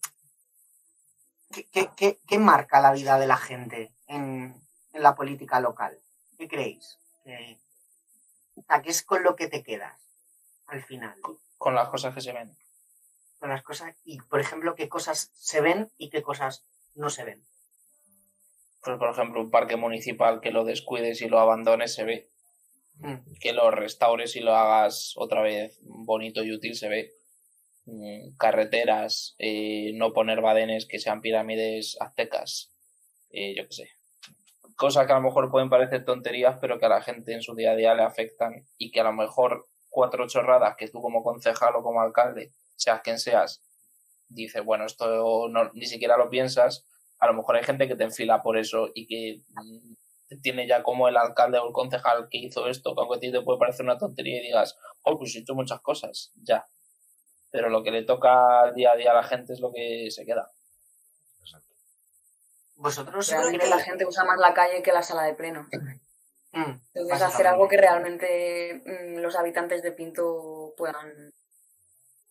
[SPEAKER 3] qué, qué- qué- qué marca la vida de la gente en, en la política local? ¿Qué creéis? ¿Qué, ¿A qué es con lo que te quedas al final?
[SPEAKER 6] Con las cosas que se ven.
[SPEAKER 3] Con las cosas, y por ejemplo, ¿qué cosas se ven y qué cosas no se ven?
[SPEAKER 6] Pues, por ejemplo, un parque municipal que lo descuides y lo abandones se ve.
[SPEAKER 3] Mm,
[SPEAKER 6] que lo restaures y lo hagas otra vez bonito y útil se ve. Mm, Carreteras, eh, no poner badenes que sean pirámides aztecas, eh, yo qué sé. Cosas que a lo mejor pueden parecer tonterías, pero que a la gente en su día a día le afectan y que a lo mejor cuatro chorradas que tú como concejal o como alcalde, seas quien seas, dices, bueno, esto no- ni siquiera lo piensas, a lo mejor hay gente que te enfila por eso y que mm, tiene ya como el alcalde o el concejal que hizo esto, que aunque a ti te puede parecer una tontería y digas, oh, pues he hecho muchas cosas, ya. Pero lo que le toca día a día a la gente es lo que se queda.
[SPEAKER 5] Exacto.
[SPEAKER 3] Vosotros
[SPEAKER 8] Realmente
[SPEAKER 3] creéis-
[SPEAKER 8] la gente usa más la calle que la sala de pleno.
[SPEAKER 3] Mm,
[SPEAKER 8] Entonces,
[SPEAKER 3] básicamente.
[SPEAKER 8] hacer algo que realmente mm, los habitantes de Pinto puedan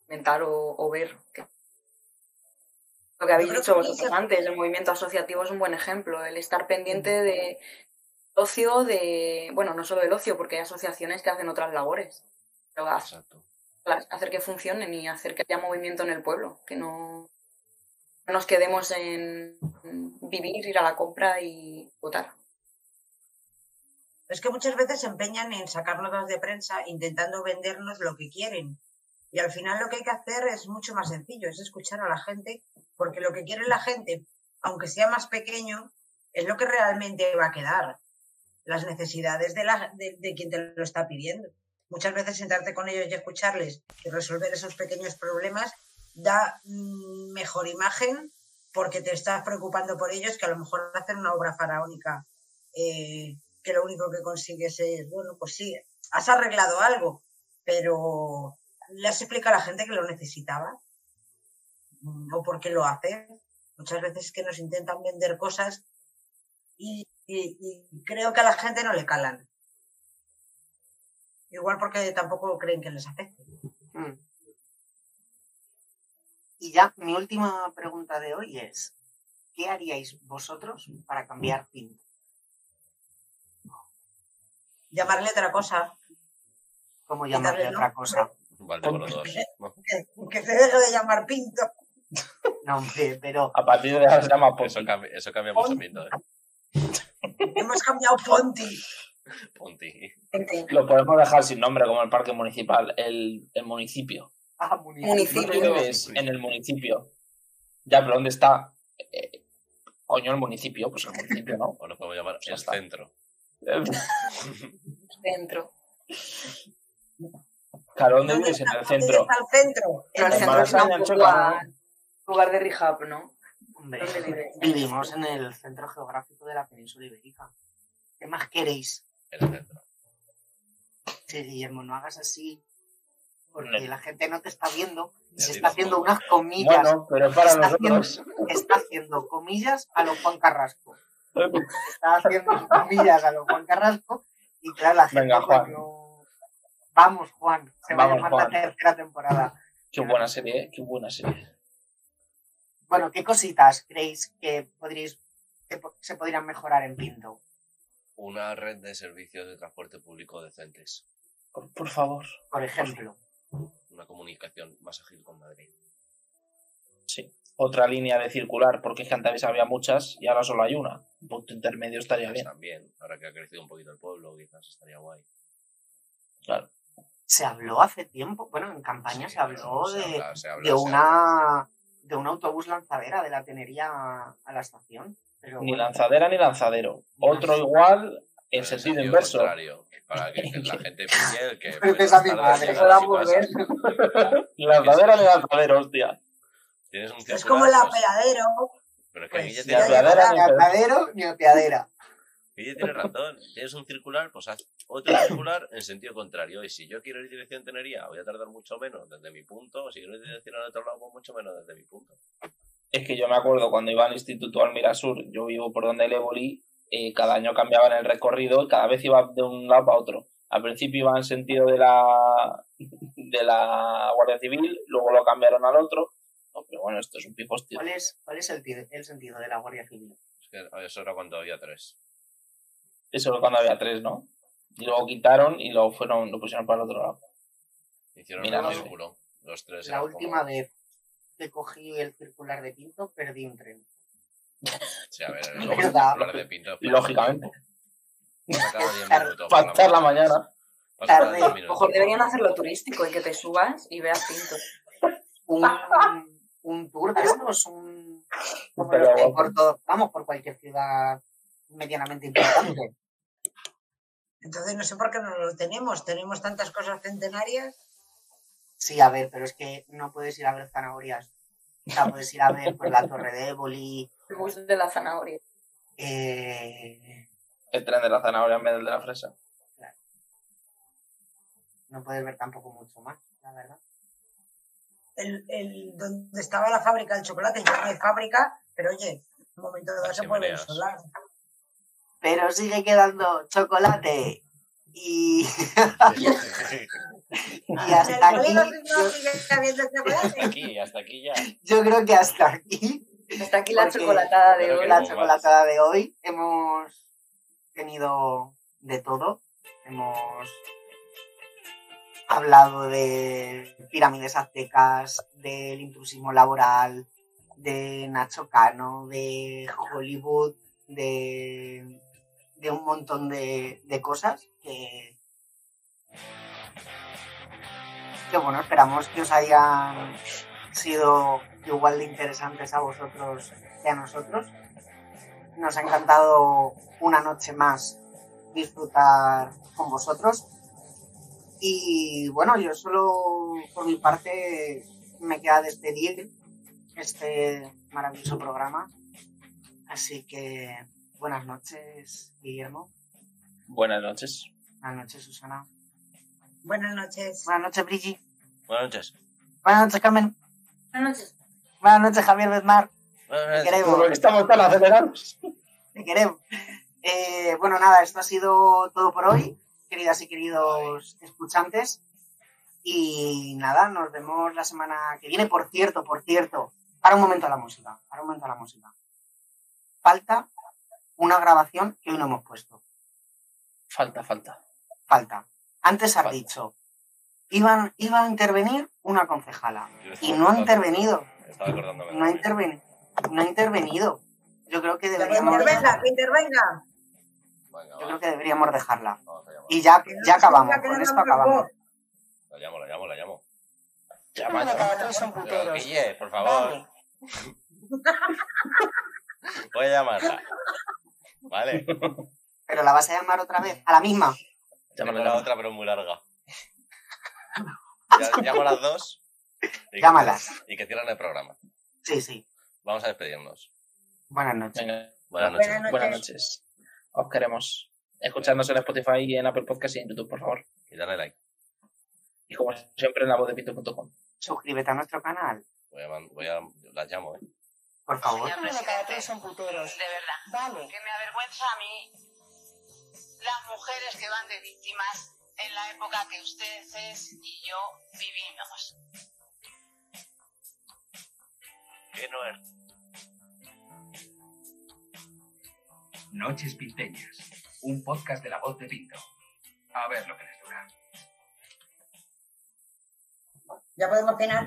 [SPEAKER 8] inventar o, o ver. que- Lo que habéis
[SPEAKER 4] creo
[SPEAKER 8] dicho
[SPEAKER 4] que
[SPEAKER 8] vosotros
[SPEAKER 4] inicia-
[SPEAKER 8] antes, el movimiento asociativo es un buen ejemplo. El estar pendiente de ocio, de. Bueno, no solo del ocio, porque hay asociaciones que hacen otras labores. Pero ha-
[SPEAKER 5] Exacto.
[SPEAKER 8] las- hacer que funcionen y hacer que haya movimiento en el pueblo, que no no nos quedemos en en vivir, ir a la compra y votar.
[SPEAKER 4] Es que muchas veces se empeñan en sacar notas de prensa intentando vendernos lo que quieren. Y al final lo que hay que hacer es mucho más sencillo, es escuchar a la gente, porque lo que quiere la gente, aunque sea más pequeño, es lo que realmente va a quedar. Las necesidades de, la- de- de quien te lo está pidiendo. Muchas veces sentarte con ellos y escucharles y resolver esos pequeños problemas da mm, mejor imagen porque te estás preocupando por ellos que a lo mejor hacer una obra faraónica eh, que lo único que consigues es, bueno, pues sí, has arreglado algo, pero le has explicado a la gente que lo necesitaba Mm, o por qué lo hacen. Muchas veces que nos intentan vender cosas y, y- y creo que a la gente no le calan. Igual porque tampoco creen que les afecte.
[SPEAKER 3] Mm. Y ya, mi última pregunta de hoy es, ¿qué haríais vosotros para cambiar Pinto?
[SPEAKER 4] Llamarle otra cosa,
[SPEAKER 3] ¿Cómo
[SPEAKER 4] Quitarle
[SPEAKER 3] llamarle
[SPEAKER 4] el
[SPEAKER 3] otra
[SPEAKER 4] nombre.
[SPEAKER 3] cosa?
[SPEAKER 5] Vale, bueno, dos. ¿no?
[SPEAKER 4] que, que se deje de llamar pinto.
[SPEAKER 3] No, hombre, pero
[SPEAKER 6] A partir de ahora se llama Poppy.
[SPEAKER 5] Eso cambia, eso cambia mucho Pinto, ¿eh?
[SPEAKER 4] Hemos cambiado Ponti.
[SPEAKER 5] Ponti.
[SPEAKER 8] Gente,
[SPEAKER 6] Lo podemos dejar sin nombre, como el parque municipal, el, el municipio.
[SPEAKER 3] ah,
[SPEAKER 6] No te
[SPEAKER 8] Municipio.
[SPEAKER 6] quedes en el municipio. Ya, pero ¿dónde está? Eh, coño, el municipio, pues el municipio, ¿no?
[SPEAKER 5] O lo podemos llamar
[SPEAKER 6] Ya
[SPEAKER 5] el
[SPEAKER 6] está.
[SPEAKER 5] centro.
[SPEAKER 8] Dentro.
[SPEAKER 6] Claro, ¿dónde vives? En el centro.
[SPEAKER 4] está el centro?
[SPEAKER 8] Pero el
[SPEAKER 6] En
[SPEAKER 8] centro es una
[SPEAKER 6] Malasaña, en
[SPEAKER 8] poco
[SPEAKER 6] Chocaba,
[SPEAKER 8] a- lugar de rehab, ¿no?
[SPEAKER 3] Hombre,
[SPEAKER 8] ¿Dónde vives?
[SPEAKER 3] vivimos en el centro geográfico de la península ibérica. ¿Qué más queréis?
[SPEAKER 5] El centro.
[SPEAKER 3] Sí, Guillermo, no hagas así, porque
[SPEAKER 6] Hombre.
[SPEAKER 3] la gente no te está viendo. y
[SPEAKER 5] Ya
[SPEAKER 3] Se
[SPEAKER 5] sí,
[SPEAKER 3] está haciendo
[SPEAKER 5] tampoco.
[SPEAKER 3] unas comillas,
[SPEAKER 6] Bueno, pero es para
[SPEAKER 3] Está haciendo-
[SPEAKER 6] nosotros.
[SPEAKER 3] está haciendo comillas a los Juan Carrasco. Está haciendo comillas a los Juan Carrasco y claro, la gente
[SPEAKER 6] Venga, Juan.
[SPEAKER 3] cuando- Vamos, Juan, se va a
[SPEAKER 6] Vamos,
[SPEAKER 3] llamar
[SPEAKER 6] Juan.
[SPEAKER 3] la tercera temporada.
[SPEAKER 6] Qué buena serie, ¿eh? qué buena serie.
[SPEAKER 3] Bueno, ¿qué cositas creéis que podríais que po- se podrían mejorar en Pinto?
[SPEAKER 5] Una red de servicios de transporte público decentes.
[SPEAKER 6] Por, por favor.
[SPEAKER 3] Por ejemplo,
[SPEAKER 5] Una comunicación más ágil con Madrid.
[SPEAKER 6] Sí. Otra línea de circular, porque es que antes había muchas y ahora solo hay una. Un punto intermedio estaría bien.
[SPEAKER 5] También, ahora que ha crecido un poquito el pueblo, quizás estaría guay.
[SPEAKER 6] Claro.
[SPEAKER 3] se habló hace tiempo, bueno, en campaña
[SPEAKER 5] Sí,
[SPEAKER 3] se habló
[SPEAKER 5] se
[SPEAKER 3] de,
[SPEAKER 5] habla- se habla,
[SPEAKER 3] de
[SPEAKER 5] se habla.
[SPEAKER 3] una de un autobús lanzadera de la tenería a, a la estación. Pero
[SPEAKER 6] Ni
[SPEAKER 3] bueno,
[SPEAKER 6] lanzadera ni lanzadero. Otro igual en
[SPEAKER 5] Pero
[SPEAKER 6] sentido
[SPEAKER 5] sentido
[SPEAKER 6] inverso.
[SPEAKER 5] contrario, Para que la gente pille el que.
[SPEAKER 3] Pero
[SPEAKER 5] pues,
[SPEAKER 3] es a mi
[SPEAKER 5] tarda
[SPEAKER 3] madre,
[SPEAKER 5] en llegar
[SPEAKER 3] ahora
[SPEAKER 5] a su
[SPEAKER 3] volver.
[SPEAKER 5] casa.
[SPEAKER 6] Lanzadera ni lanzadero, hostia.
[SPEAKER 5] Tienes un
[SPEAKER 4] Es
[SPEAKER 5] circular,
[SPEAKER 4] como el
[SPEAKER 5] pues,
[SPEAKER 4] apeadero.
[SPEAKER 5] Pero es que Guille
[SPEAKER 4] pues,
[SPEAKER 6] Ni
[SPEAKER 5] tiene-
[SPEAKER 4] ya
[SPEAKER 6] lanzadera ni
[SPEAKER 3] ni
[SPEAKER 6] lanzadero.
[SPEAKER 3] atadero ni ateadera.
[SPEAKER 5] Guille tiene razón. Tienes un circular, pues haz otro circular en sentido contrario. Y si yo quiero ir dirección Tenería, voy a tardar mucho menos desde mi punto. Si quiero ir dirección al otro lado, pues mucho menos desde mi punto.
[SPEAKER 6] Es que yo me acuerdo cuando iba al Instituto Almira Sur, yo vivo por donde el Éboli, eh, cada año cambiaban el recorrido y cada vez iba de un lado para otro. Al principio iba en sentido de la, de la Guardia Civil, luego lo cambiaron al otro. No, pero bueno, esto es un pipo, tío.
[SPEAKER 3] ¿Cuál es, cuál es el, ti- el sentido de la Guardia Civil?
[SPEAKER 5] Es que eso era cuando había tres.
[SPEAKER 6] Eso era cuando había tres, ¿no? Y luego quitaron y lo fueron, lo pusieron para el otro lado.
[SPEAKER 5] Hicieron
[SPEAKER 6] Mira,
[SPEAKER 5] un
[SPEAKER 6] no sé.
[SPEAKER 5] círculo. Los tres.
[SPEAKER 3] La
[SPEAKER 5] eran como-
[SPEAKER 3] última vez que cogí el circular de Pinto perdí un tren.
[SPEAKER 5] Sí, a ver, era
[SPEAKER 6] Lógica-
[SPEAKER 5] un circular de Pinto.
[SPEAKER 6] Lógicamente.
[SPEAKER 5] Pasaba 10 minutos por
[SPEAKER 6] Para estar la mañana.
[SPEAKER 5] Pasaba
[SPEAKER 3] Tarde.
[SPEAKER 5] 10 minutos.
[SPEAKER 8] Ojo, deberían hacerlo turístico y que te subas y veas Pinto.
[SPEAKER 3] Un, un tour de estos, un como
[SPEAKER 6] Pero
[SPEAKER 3] los que hay
[SPEAKER 6] guapo.
[SPEAKER 3] por todo- vamos por cualquier ciudad medianamente importante.
[SPEAKER 4] Entonces no sé por qué no lo tenemos. Tenemos tantas cosas centenarias.
[SPEAKER 3] Sí, a ver, pero es que no puedes ir a ver zanahorias. O sea, puedes ir a ver pues, la torre de Éboli,
[SPEAKER 8] El bus de la zanahoria.
[SPEAKER 3] eh,
[SPEAKER 6] El tren de la zanahoria en vez del de la fresa.
[SPEAKER 3] no puedes ver tampoco mucho más, la verdad.
[SPEAKER 4] El, el- donde estaba la fábrica del chocolate, ya no hay fábrica, pero oye, un momento dado
[SPEAKER 5] Las
[SPEAKER 4] se puede
[SPEAKER 5] chimeneas.
[SPEAKER 4] insolar.
[SPEAKER 3] Pero sigue quedando chocolate. Y, y hasta
[SPEAKER 4] El
[SPEAKER 3] aquí,
[SPEAKER 4] colega Frisbee
[SPEAKER 3] yo,
[SPEAKER 4] sigue habiendo chocolate.
[SPEAKER 5] aquí, hasta aquí ya.
[SPEAKER 3] yo creo que hasta aquí
[SPEAKER 8] Está aquí la
[SPEAKER 3] Porque-
[SPEAKER 8] chocolatada de
[SPEAKER 5] Pero
[SPEAKER 8] hoy.
[SPEAKER 5] que
[SPEAKER 3] la
[SPEAKER 5] no.
[SPEAKER 3] chocolatada de hoy. Hemos tenido de todo. Hemos hablado de pirámides aztecas, del intrusismo laboral, de Nacho Cano, de Hollywood, de, de un montón de, de cosas que, que, bueno, esperamos que os hayan sido igual de interesantes a vosotros que a nosotros. Nos ha encantado una noche más disfrutar con vosotros. Y bueno, yo solo por mi parte me queda despedir este maravilloso programa. Así que buenas noches, Guillermo.
[SPEAKER 6] Buenas noches.
[SPEAKER 3] Buenas noches, Susana.
[SPEAKER 4] Buenas noches.
[SPEAKER 3] Buenas noches, Brigi.
[SPEAKER 5] Buenas noches.
[SPEAKER 3] Buenas noches, Carmen.
[SPEAKER 8] Buenas noches.
[SPEAKER 3] Buenas noches, Javier Bezmar.
[SPEAKER 5] Buenas
[SPEAKER 3] Te
[SPEAKER 5] noches.
[SPEAKER 3] queremos.
[SPEAKER 6] estamos tan acelerados.
[SPEAKER 3] te queremos. Eh, bueno, nada, esto ha sido todo por hoy, queridas y queridos escuchantes. Y nada, nos vemos la semana que viene. Por cierto, por cierto, para un momento a la música, para un momento a la música. Falta una grabación que hoy no hemos puesto.
[SPEAKER 6] Falta, falta.
[SPEAKER 3] Falta. Antes has
[SPEAKER 6] Falta.
[SPEAKER 3] dicho, iban, iba a intervenir una concejala.
[SPEAKER 5] Yo estaba
[SPEAKER 3] Y no ha
[SPEAKER 5] cortando-
[SPEAKER 3] intervenido,
[SPEAKER 5] Estaba acordándome. de
[SPEAKER 3] no ha,
[SPEAKER 5] mí.
[SPEAKER 3] interven- no ha intervenido. Yo creo que
[SPEAKER 4] Que
[SPEAKER 3] deberíamos,
[SPEAKER 4] intervenga, que intervenga.
[SPEAKER 5] Venga,
[SPEAKER 3] yo
[SPEAKER 5] va,
[SPEAKER 3] creo que deberíamos dejarla.
[SPEAKER 5] vamos, la llamo.
[SPEAKER 3] Y ya,
[SPEAKER 4] Que no
[SPEAKER 3] ya
[SPEAKER 4] nos
[SPEAKER 3] acabamos,
[SPEAKER 4] diga que
[SPEAKER 3] con
[SPEAKER 4] no
[SPEAKER 3] esto
[SPEAKER 4] damos
[SPEAKER 3] acabamos.
[SPEAKER 4] voz.
[SPEAKER 5] La llamo, la llamo, la llamo.
[SPEAKER 6] Llama,
[SPEAKER 9] para
[SPEAKER 6] llama.
[SPEAKER 9] atrás son
[SPEAKER 5] Pero,
[SPEAKER 9] puteros.
[SPEAKER 5] Guille, por favor, voy a llamarla. Vale,
[SPEAKER 3] Pero la vas a llamar otra vez, a la misma.
[SPEAKER 5] tengo
[SPEAKER 6] Llámala.
[SPEAKER 5] la otra, pero es muy larga. Ya- Llamo a las dos. y que-
[SPEAKER 3] Llámalas.
[SPEAKER 5] Y que cierran el programa.
[SPEAKER 3] Sí, sí.
[SPEAKER 5] Vamos a despedirnos.
[SPEAKER 3] Buenas noches.
[SPEAKER 6] Venga,
[SPEAKER 5] Buenas noches.
[SPEAKER 4] Buenas noches.
[SPEAKER 6] buenas noches. Os queremos. Escuchadnos en Spotify y en Apple Podcast y en YouTube, por favor.
[SPEAKER 5] Y dale like.
[SPEAKER 6] Y como siempre en la voz de pinto.com.
[SPEAKER 3] Suscríbete a nuestro canal,
[SPEAKER 5] Voy a, man- voy a, las llamo, ¿eh?
[SPEAKER 3] por favor.
[SPEAKER 9] Uno para tres son puteros.
[SPEAKER 10] De verdad,
[SPEAKER 9] Vale.
[SPEAKER 10] que me avergüenza a mí las mujeres que van de víctimas en la época que ustedes y yo vivimos.
[SPEAKER 5] Que no es.
[SPEAKER 1] Noches Pinteñas, un podcast de la voz de Pinto. A ver lo que les dura.
[SPEAKER 4] Ya podemos cenar.